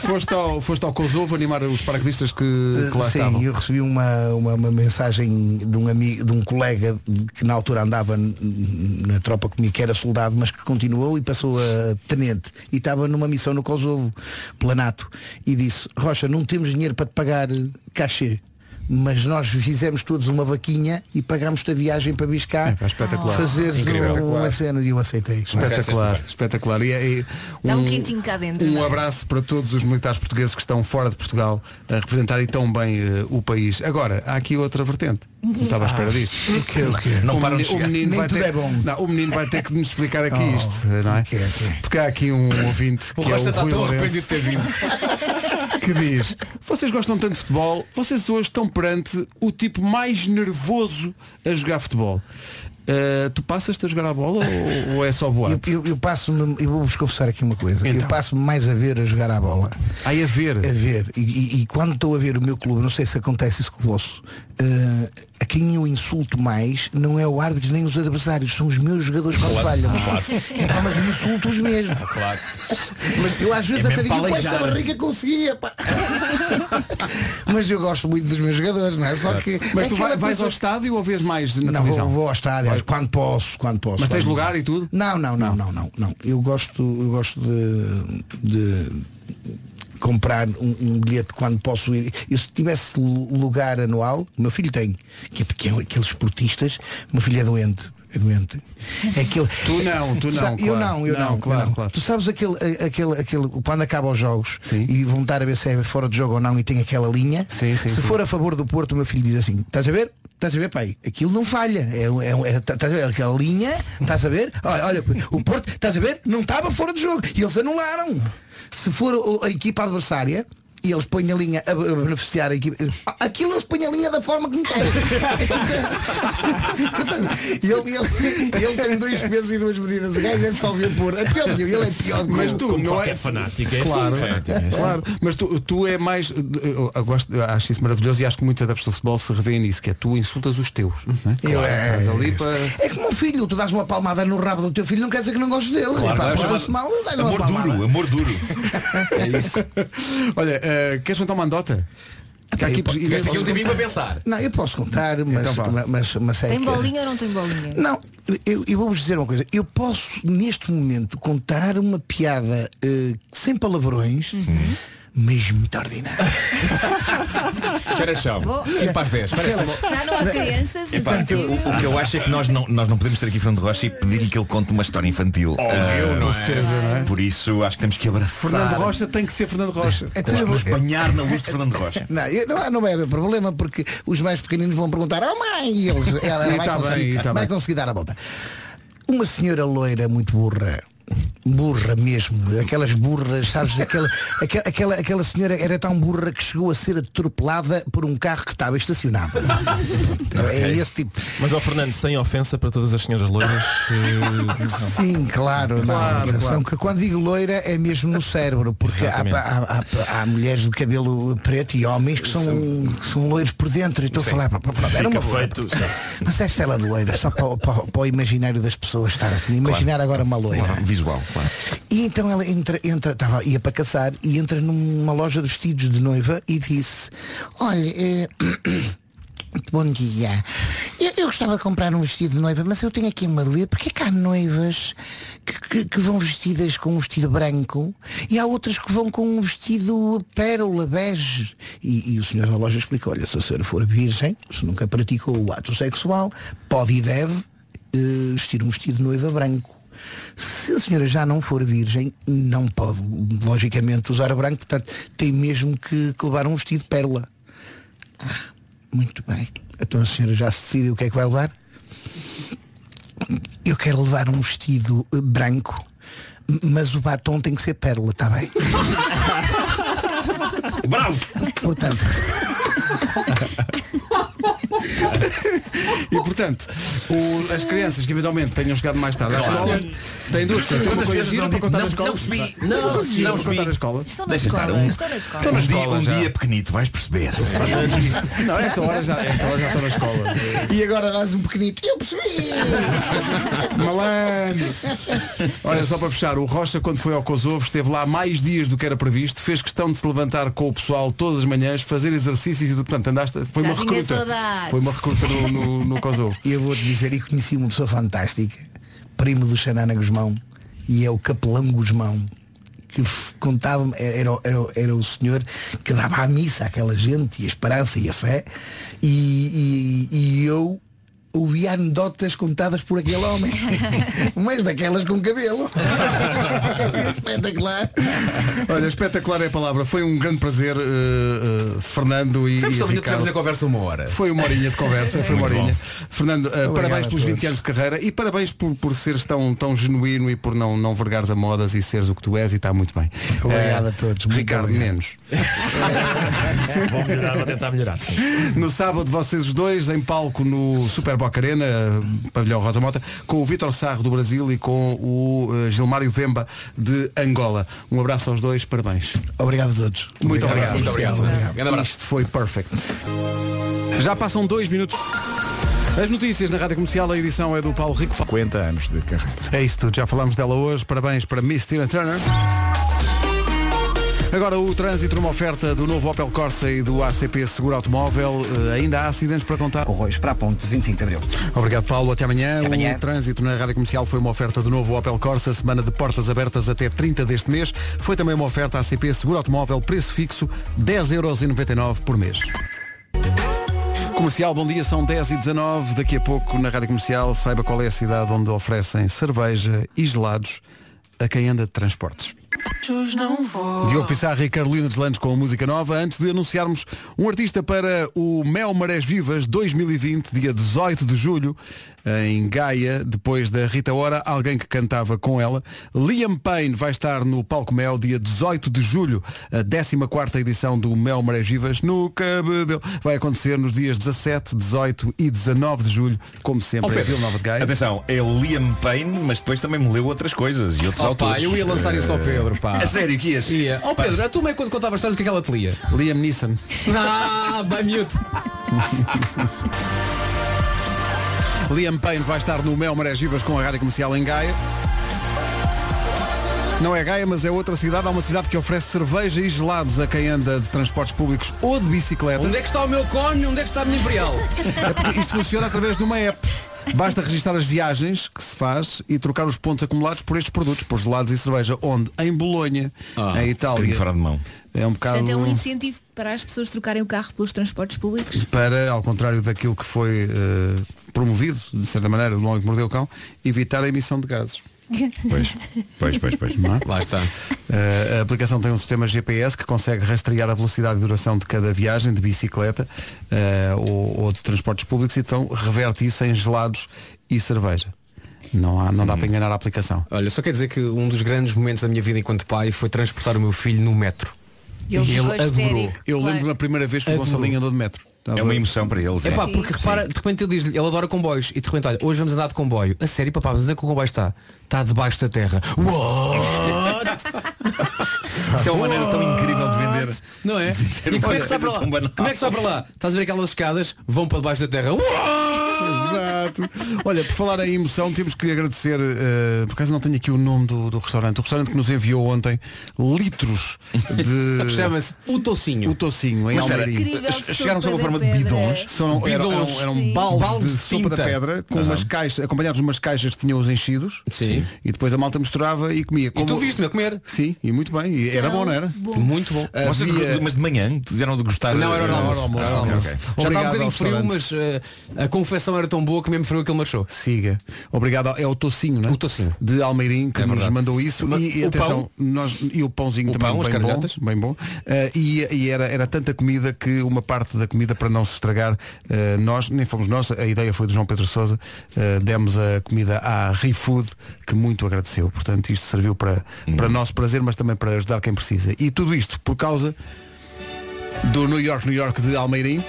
Foste ao, foste ao Kosovo animar os paraquedistas que, que lá Sim, estavam. eu recebi uma, uma, uma mensagem de um amigo, de um colega que na altura andava n- na tropa comigo, que era soldado, mas que continuou e passou a tenente. E estava numa missão no Kosovo, planato, e disse, Rocha, não temos dinheiro para te pagar cachê. Mas nós fizemos todos uma vaquinha e pagámos-te a viagem para Biscar espetacular. fazeres Incrível. uma cena e eu aceitei. Espetacular, espetacular. E, é, e Dá um quentinho cá dentro, um não é? abraço para todos os militares portugueses que estão fora de Portugal a representarem tão bem eh, o país. Agora, há aqui outra vertente. Não estava à espera disto. O quê, o quê? Um Não Não o, param de menino, o, chegar. menino Nem vai tudo ter, é bom. Não, o menino vai ter que nos explicar aqui Oh, isto, não é? Porque há aqui um ouvinte que O é Rocha o está Rui tão Lourenço, arrependido de ter vindo. que diz Vocês gostam tanto de futebol, vocês hoje estão perante o tipo mais nervoso a jogar futebol. Eh, tu passas-te a jogar a bola ou, ou é só boato? Eu, eu, eu passo-me, eu vou-vos confessar aqui uma coisa, Então. eu passo-me mais a ver a jogar à bola. Aí a ver. A ver. E, e- e quando estou a ver o meu clube, não sei se acontece isso com o vosso, eh, a quem eu insulto mais não é o árbitro nem os adversários, são os meus jogadores que Claro, falham. claro. Ah, Epá, mas eu insulto os mesmo. Claro. Mas eu às vezes É até mesmo digo, para "Pá, esta aleijar." barriga conseguia, pá." Mas eu gosto muito dos meus jogadores, não é? Só que. Mas é tu aquela vai- vais coisa- ao estádio ou vês mais na não, televisão? vou, vou ao estádio, quando posso, quando posso. Mas tens Quando- lugar e tudo? Não, não, não, não, não, não. Eu gosto, eu gosto de, de comprar um, um bilhete quando posso ir. Eu se tivesse lu- lugar anual, o meu filho tem, que é pequeno, aqueles esportistas, o meu filho é doente. É doente. É aquele, Tu não, tu sa- não, Eu claro. não, eu Não, não. eu claro, não. claro. Tu sabes aquele, a- aquele, aquele quando acabam os jogos e vão estar a ver se é fora de jogo ou não e tem aquela linha. sim, se sim. for a favor do Porto, o meu filho diz assim, estás a ver? Estás a ver, pai? Aquilo não falha. É, um- é, um- é, tá- estás a ver? Aquela linha, estás a ver? Olha, olha, o Porto, estás a ver? Não estava fora de jogo. E eles anularam. Se for o- a equipa adversária, e eles põem a linha a beneficiar a equipa. Aquilo eles põem a linha da forma que me querem. ele, ele, ele tem dois pesos e duas medidas. O gajo é só vir por. É pior do que eu, ele é pior do que Mas eu. tu não é fanático, é assim, claro, fanático, é assim. claro. Mas tu, tu é mais, eu, eu gosto, eu acho isso maravilhoso e acho que muitos adeptos do futebol se revêem nisso, que é tu insultas os teus. não é? Eu, é, Estás ali é, para- é como um filho, tu dás uma palmada no rabo do teu filho, não quer dizer que não gostes dele. Claro, Claro, claro, Epá, é porta-se chamado mal, dá-lhe uma Amor palmada. duro, amor duro. É isso. Olha, eh, queres contar uma andota? Que há aqui- Eu- Tiveste aqui um posso tempinho contar. para pensar. Não, eu posso contar, mas, Então vá. mas, mas, mas é Tem que- bolinha ou não tem bolinha? Não, eu, eu vou-vos dizer uma coisa. Eu posso, neste momento, contar uma piada eh, sem palavrões, mas muito ordinária. é Espera chão. Vou- Sim, para as 10. Parece uma... Já não há crianças, Epá, então o, o que eu acho é que nós não, nós não podemos ter aqui Fernando Rocha e pedir-lhe que ele conte uma história infantil. Ah, Com certeza, não é? Por isso acho que temos que abraçar. Fernando Rocha tem que ser Fernando Rocha. Então eu vou- Vamos banhar na luz de Fernando Rocha. Não, eu- não, há- não vai haver problema porque os mais pequeninos vão perguntar, oh mãe, e eles, ela E vai, tá conseguir, bem, e tá vai bem. conseguir dar a volta. Uma senhora loira muito burra, burra mesmo, aquelas burras, sabes, aquela, aquela, aquela, aquela senhora era tão burra que chegou a ser atropelada por um carro que estava estacionado. É esse tipo. Mas ao Fernando, sem ofensa para todas as senhoras loiras. eh, Sim, claro. não. é? Claro, Atenção, claro. que quando digo loira é mesmo no cérebro, porque há, Exatamente. há- há- há mulheres de cabelo preto e homens que são, que são loiros por dentro. E estou a Sim. falar, pá, pá, pá, era uma Fica loira. feito, sim. Mas esta ela é loira, só para, o- para o- para o imaginário das pessoas estar assim. Imaginar agora uma loira. um Visual, claro. E então ela entra, entra tava, ia para caçar e entra numa loja de vestidos de noiva e disse, olha, eh, bom dia, eu, eu gostava de comprar um vestido de noiva, mas eu tenho aqui uma dúvida, porque é que há noivas que, que- que vão vestidas com um vestido branco e há outras que vão com um vestido pérola bege? E, e o senhor da loja explica, olha, se a senhora for virgem, se nunca praticou o ato sexual, pode e deve eh, vestir um vestido de noiva branco. Se a senhora já não for virgem, não pode, logicamente, usar branco, portanto, tem mesmo que, que levar um vestido de pérola. Ah, muito bem. Então a senhora já se decidiu o que é que vai levar? Eu quero levar um vestido eh, branco, m- mas o batom tem que ser tá pérola, está bem? Bravo! Portanto, E portanto, o- as crianças que eventualmente tenham chegado mais tarde à Claro. escola têm duas coisas. Tem uma Quantas coisa crianças gira não- para contar não- na escola. não percebi. Não, Não consegui percebi. contar na escola. Estão na Deixa escola, estar um- estão na é escola. Um dia, escola um já. dia pequenito, vais perceber. Não, esta hora já, esta hora já estou na escola. E agora dás um pequenito. Eu percebi! Malandro! Olha, só para fechar, o Rocha, quando foi ao Kosovo, esteve lá mais dias do que era previsto, fez questão de se levantar com o pessoal todas as manhãs, fazer exercícios e, portanto, andaste. Foi Já uma tinha recruta. saudades. Foi uma recruta no, no, no Kosovo. Eu vou-te dizer, e conheci uma pessoa fantástica, primo do Xanana Guzmão, e é o Capelão Guzmão, que f- contava-me, era, o- era, o- era o senhor que dava a missa àquela gente, e a esperança e a fé, e, e, e eu ouvia anedotas contadas por aquele homem, mas daquelas com cabelo. É Espetacular! Olha, espetacular é a palavra. Foi um grande prazer, eh, eh, Fernando e. Foi e só minuto, Ricardo. tivemos a conversa uma hora. Foi uma horinha de conversa, foi uma Muito horinha. bom. Fernando, eh, Obrigado parabéns a pelos todos. 20 anos de carreira e parabéns por, por seres tão, tão genuíno e por não, não vergares a modas e seres o que tu és e está muito bem. Obrigado Eh, a todos, muito Ricardo, obrigado. menos. Vou É, melhorar, vou tentar melhorar, sim. No sábado, vocês os dois em palco no Super Boca Arena, eh, pavilhão Rosa Mota, com o Vitor Sarro do Brasil e com o eh, Gilmário Vemba de Angola. Um abraço aos dois, parabéns. Obrigado a todos. Muito obrigado. Obrigado. Muito obrigado. Grande abraço. Isto foi perfect. Já passam dois minutos. As notícias na Rádio Comercial, a edição é do Paulo Rico. 50 anos de carreira. É isso tudo, já falámos dela hoje. Parabéns para Miss Tina Turner. Agora o trânsito numa oferta do novo Opel Corsa e do ACP Seguro Automóvel. Eh, ainda há acidentes para contar. Corroios para a ponte, 25 de Abril. Obrigado Paulo, até amanhã. Até amanhã. O trânsito na Rádio Comercial foi uma oferta do novo Opel Corsa, semana de portas abertas até 30 deste mês. Foi também uma oferta ACP Seguro Automóvel, preço fixo, 10,99€ por mês. Comercial, bom dia, são 10 e 19 Daqui a pouco na Rádio Comercial saiba qual é a cidade onde oferecem cerveja e gelados a quem anda de transportes. Não vou. Diogo Pissarra e Carolina Deslandes com a música nova. Antes de anunciarmos um artista para o Mel Marés Vivas 2020, dia 18 de julho, em Gaia, depois da Rita Ora, alguém que cantava com ela. Liam Payne vai estar no Palco Mel, dia 18 de julho, a 14ª edição do Mel Marés Vivas no Cabedelo. Vai acontecer nos dias 17, 18 e 19 de julho, como Ó, sempre, em Pedro, Vila Nova de Gaia. Atenção, é Liam Payne, mas depois também me leu outras coisas e outros Oh, pá, autores. eu ia lançar isso ao Eh, É. Pedro, pá. A sério, que ias? Ia. Ó Pedro, a tua mãe quando contava histórias o que é que ela te lia? Liam Neeson. Ah, bem miúdo. Liam Payne vai estar no Mel Marés Vivas com a Rádio Comercial em Gaia. Não é Gaia, mas é outra cidade. Há uma cidade que oferece cerveja e gelados a quem anda de transportes públicos ou de bicicleta. Onde é que está o meu cone? Onde é que está a minha imperial? É porque Isto funciona através de uma app. Basta registrar as viagens que se faz e trocar os pontos acumulados por estes produtos, por gelados e cerveja. Onde? Em Bolonha, em Itália. bocadinho fora de mão. É um bocado... Portanto, é um incentivo para as pessoas trocarem o carro pelos transportes públicos. para, ao contrário daquilo que foi eh, promovido, de certa maneira, do Homem que Mordeu o Cão, evitar a emissão de gases. é? Pois, pois, pois, pois. Lá está. a aplicação tem um sistema GPS que consegue rastrear a velocidade e duração de cada viagem de bicicleta eh, ou, ou de transportes públicos e então reverte isso em gelados e cerveja. Não, há, não dá Hum. para enganar a aplicação. Olha, só quer dizer que um dos grandes momentos da minha vida enquanto pai foi transportar o meu filho no metro. Ele ficou histérico, Eu claro. lembro-me a primeira vez que o Adorou. Gonçalinho andou de metro. É uma emoção para eles. É pá, é. porque repara, de repente eu diz-lhe, ele adora comboios e de repente, olha, hoje vamos andar de comboio. A sério, papá, mas onde é que o comboio está? Está debaixo da terra. What? Isso é uma maneira tão incrível de vender. Não é? E como é que coisa sai para lá? tão banal. Como é que sai para lá? Estás a ver aquelas escadas? Vão para debaixo da terra. Uh, Exato. Olha, por falar em emoção, temos que agradecer, eh, por acaso não tenho aqui o nome do, do restaurante, o restaurante que nos enviou ontem litros de. Chama-se O Tocinho. O Tocinho, em Mas espera, Almeirim. Incrível sopa chegaram sob a da forma de pedra. bidons? São- eram, eram, Bidons. eram Sim. baldes, Baldes de de sopa da tinta. pedra, com Aham. umas caixas, acompanhados de umas caixas que tinham os enchidos. Sim. E depois a malta misturava e comia. tu viste-me a comer? Sim, e muito bem. E era Então, bom, não era? bom. Muito bom. Vocês Havia- mas de manhã tiveram de gostar Não, era de- o almoço. Ah, era o ok, almoço. ok. Já estava um Obrigado ao bocadinho frio, mas eh, a confecção era tão boa que mesmo frio que ele marchou. Siga. Obrigado. ao- É o Tocinho, não é? O Tocinho. De Almeirim, que É nos verdade. mandou isso. Mas E, e o atenção, pão? nós, e o pãozinho também pão, as bem, bom, carilhotas? bem bom. Eh, e e era, era tanta comida que uma parte da comida, para não se estragar, eh, nós, nem fomos nós, a ideia foi do João Pedro Sousa, eh, demos a comida à ReFood, que muito agradeceu. Portanto, isto Hum. serviu para, para nosso prazer, mas também para ajudar quem precisa. E tudo isto por causa do New York, New York de Almeirim.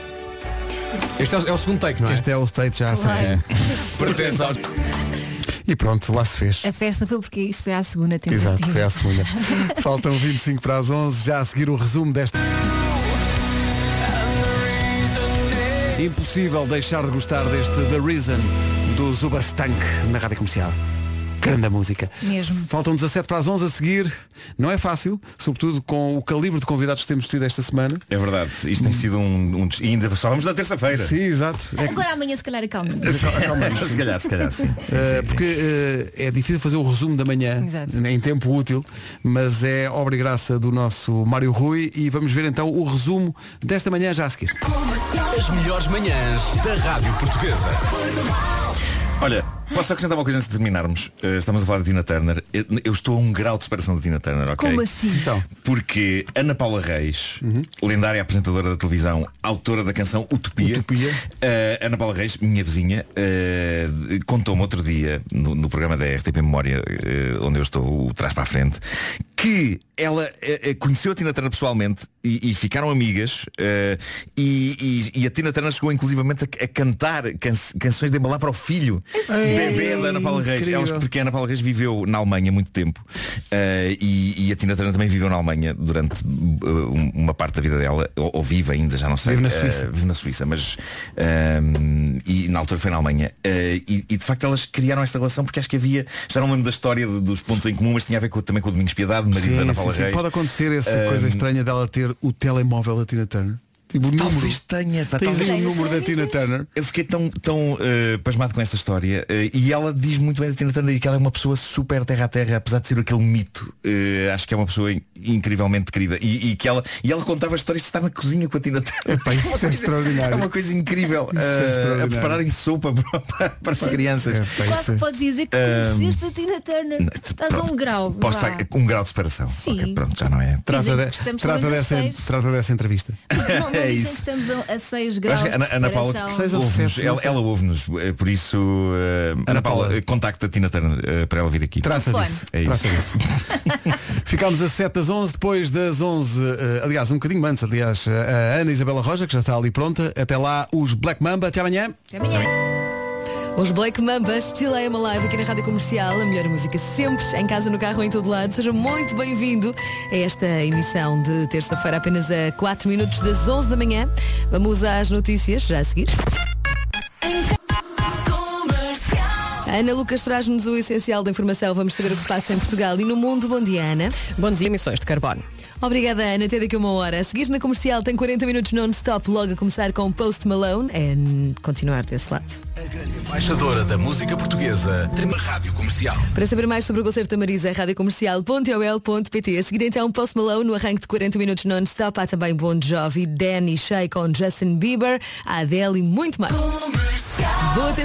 Este é o, é o segundo take, não é? Este é o state já certinho. Pertence ao... E pronto, lá se fez. A festa foi porque isto foi à segunda tentativa. Exato, foi à segunda. Faltam 25 para as 11, já a seguir o resumo desta. Impossível deixar de gostar deste The Reason do Zubastank na rádio comercial. Grande música. Mesmo. Faltam 17 para as 11 a seguir. Não é fácil, sobretudo com o calibre de convidados que temos tido esta semana. É verdade, isto tem sido um, um des- e ainda só vamos na terça-feira. Sim, exato. É que- Agora amanhã se calhar acalma. se calhar, se calhar, Ah, sim. sim, Eh, sim, porque eh, é difícil fazer o resumo da manhã Exato. em tempo útil, mas é obra e graça do nosso Mário Rui e vamos ver então o resumo desta manhã já a seguir. As melhores manhãs da Rádio Portuguesa. Olha, posso acrescentar uma coisa antes de terminarmos? Eh, estamos a falar de Tina Turner. Eu, eu estou a um grau de separação da Tina Turner, ok? Como assim? Então. Porque Ana Paula Reis, Uhum. lendária apresentadora da televisão, autora da canção Utopia, eh, Ana Paula Reis, minha vizinha, eh, contou-me outro dia, no, no programa da RTP Memória, eh, onde eu estou o trás para a frente, que ela eh, eh, conheceu a Tina Turner pessoalmente e, e ficaram amigas eh, e, e- e a Tina Turner chegou inclusivamente a, a cantar can- canções de embalar para o filho bebê da Ana Paula Reis É Incrível. Elas- porque a Ana Paula Reis viveu na Alemanha muito tempo eh, e, e a Tina Turner também viveu na Alemanha durante eh, um- uma parte da vida dela ou, ou vive ainda, já não sei Vive na Eh, Suíça. vive na Suíça, mas ehm, e na altura foi na Alemanha Eh, e, e, de facto elas criaram esta relação porque acho que havia, já não me lembro da história de- dos pontos em comum, mas tinha a ver com- também com o Domingos Piedade, marido da Ana Paula Reis Pode acontecer essa Ehm, coisa estranha dela ter o telemóvel da Tina Turner. Tipo, o número. Talvez tenha, pá, Tens talvez o número da Tina Turner. Eu fiquei tão, tão eh, pasmado com esta história eh, e ela diz muito bem da Tina Turner e que ela é uma pessoa super terra a terra, apesar de ser aquele mito. eh, acho que é uma pessoa in- incrivelmente querida e, e que ela e ela contava histórias de estar na cozinha com a Tina Turner. Epá, isso Uma é coisa- extraordinário. É uma coisa incrível Isso é eh, a extraordinário. prepararem sopa para, para- para as É, crianças. Quase que podes dizer que Ahm, conheceste a Tina Turner. Estás a um grau. Posso vá. estar com um grau de separação. Sim. Ok, pronto, já não é. Trata, que de- estamos com trata, dessa, 16. trata dessa entrevista. Mas Não, não É dizem isso. que estamos a- a 6 Eu graus. acho que a Ana, de a Ana Paula separação. ouve-nos, ela, ela ouve-nos, eh, por isso eh, Ana Paula, eh, contacta a Tina Turner eh, para ela vir aqui. Trata Telefone. disso. É isso. Trata disso. Ficámos a 7 das 11, depois das 11, eh, aliás, um bocadinho antes, aliás, eh, a Ana Isabela Roja, que já está ali pronta. Até lá, os Black Mamba. Até amanhã. Até amanhã. Os Black Mamba, Still I Am Alive, aqui na Rádio Comercial, a melhor música sempre, em casa, no carro, em todo lado. Seja muito bem-vindo a esta emissão de terça-feira, apenas a 4 minutos das 11 da manhã. Vamos às notícias, já a seguir. A Ana Lucas traz-nos o essencial da informação. Vamos saber o que se passa em Portugal e no mundo. Bom dia, Ana. Bom dia, emissões de carbono. Obrigada, Ana. Até daqui a uma hora. A seguir na comercial tem 40 minutos non-stop, logo a começar com Post Malone. É hum, continuar desse lado. Embaixadora da música portuguesa, Trema Rádio Comercial. Para saber mais sobre o concerto da Marisa, radiocomercial.ol.pt. A seguir então, Post Malone, no arranque de 40 minutos non-stop. Há também Bon Jovi, Danny Shay com Justin Bieber, Adele e muito mais. Boa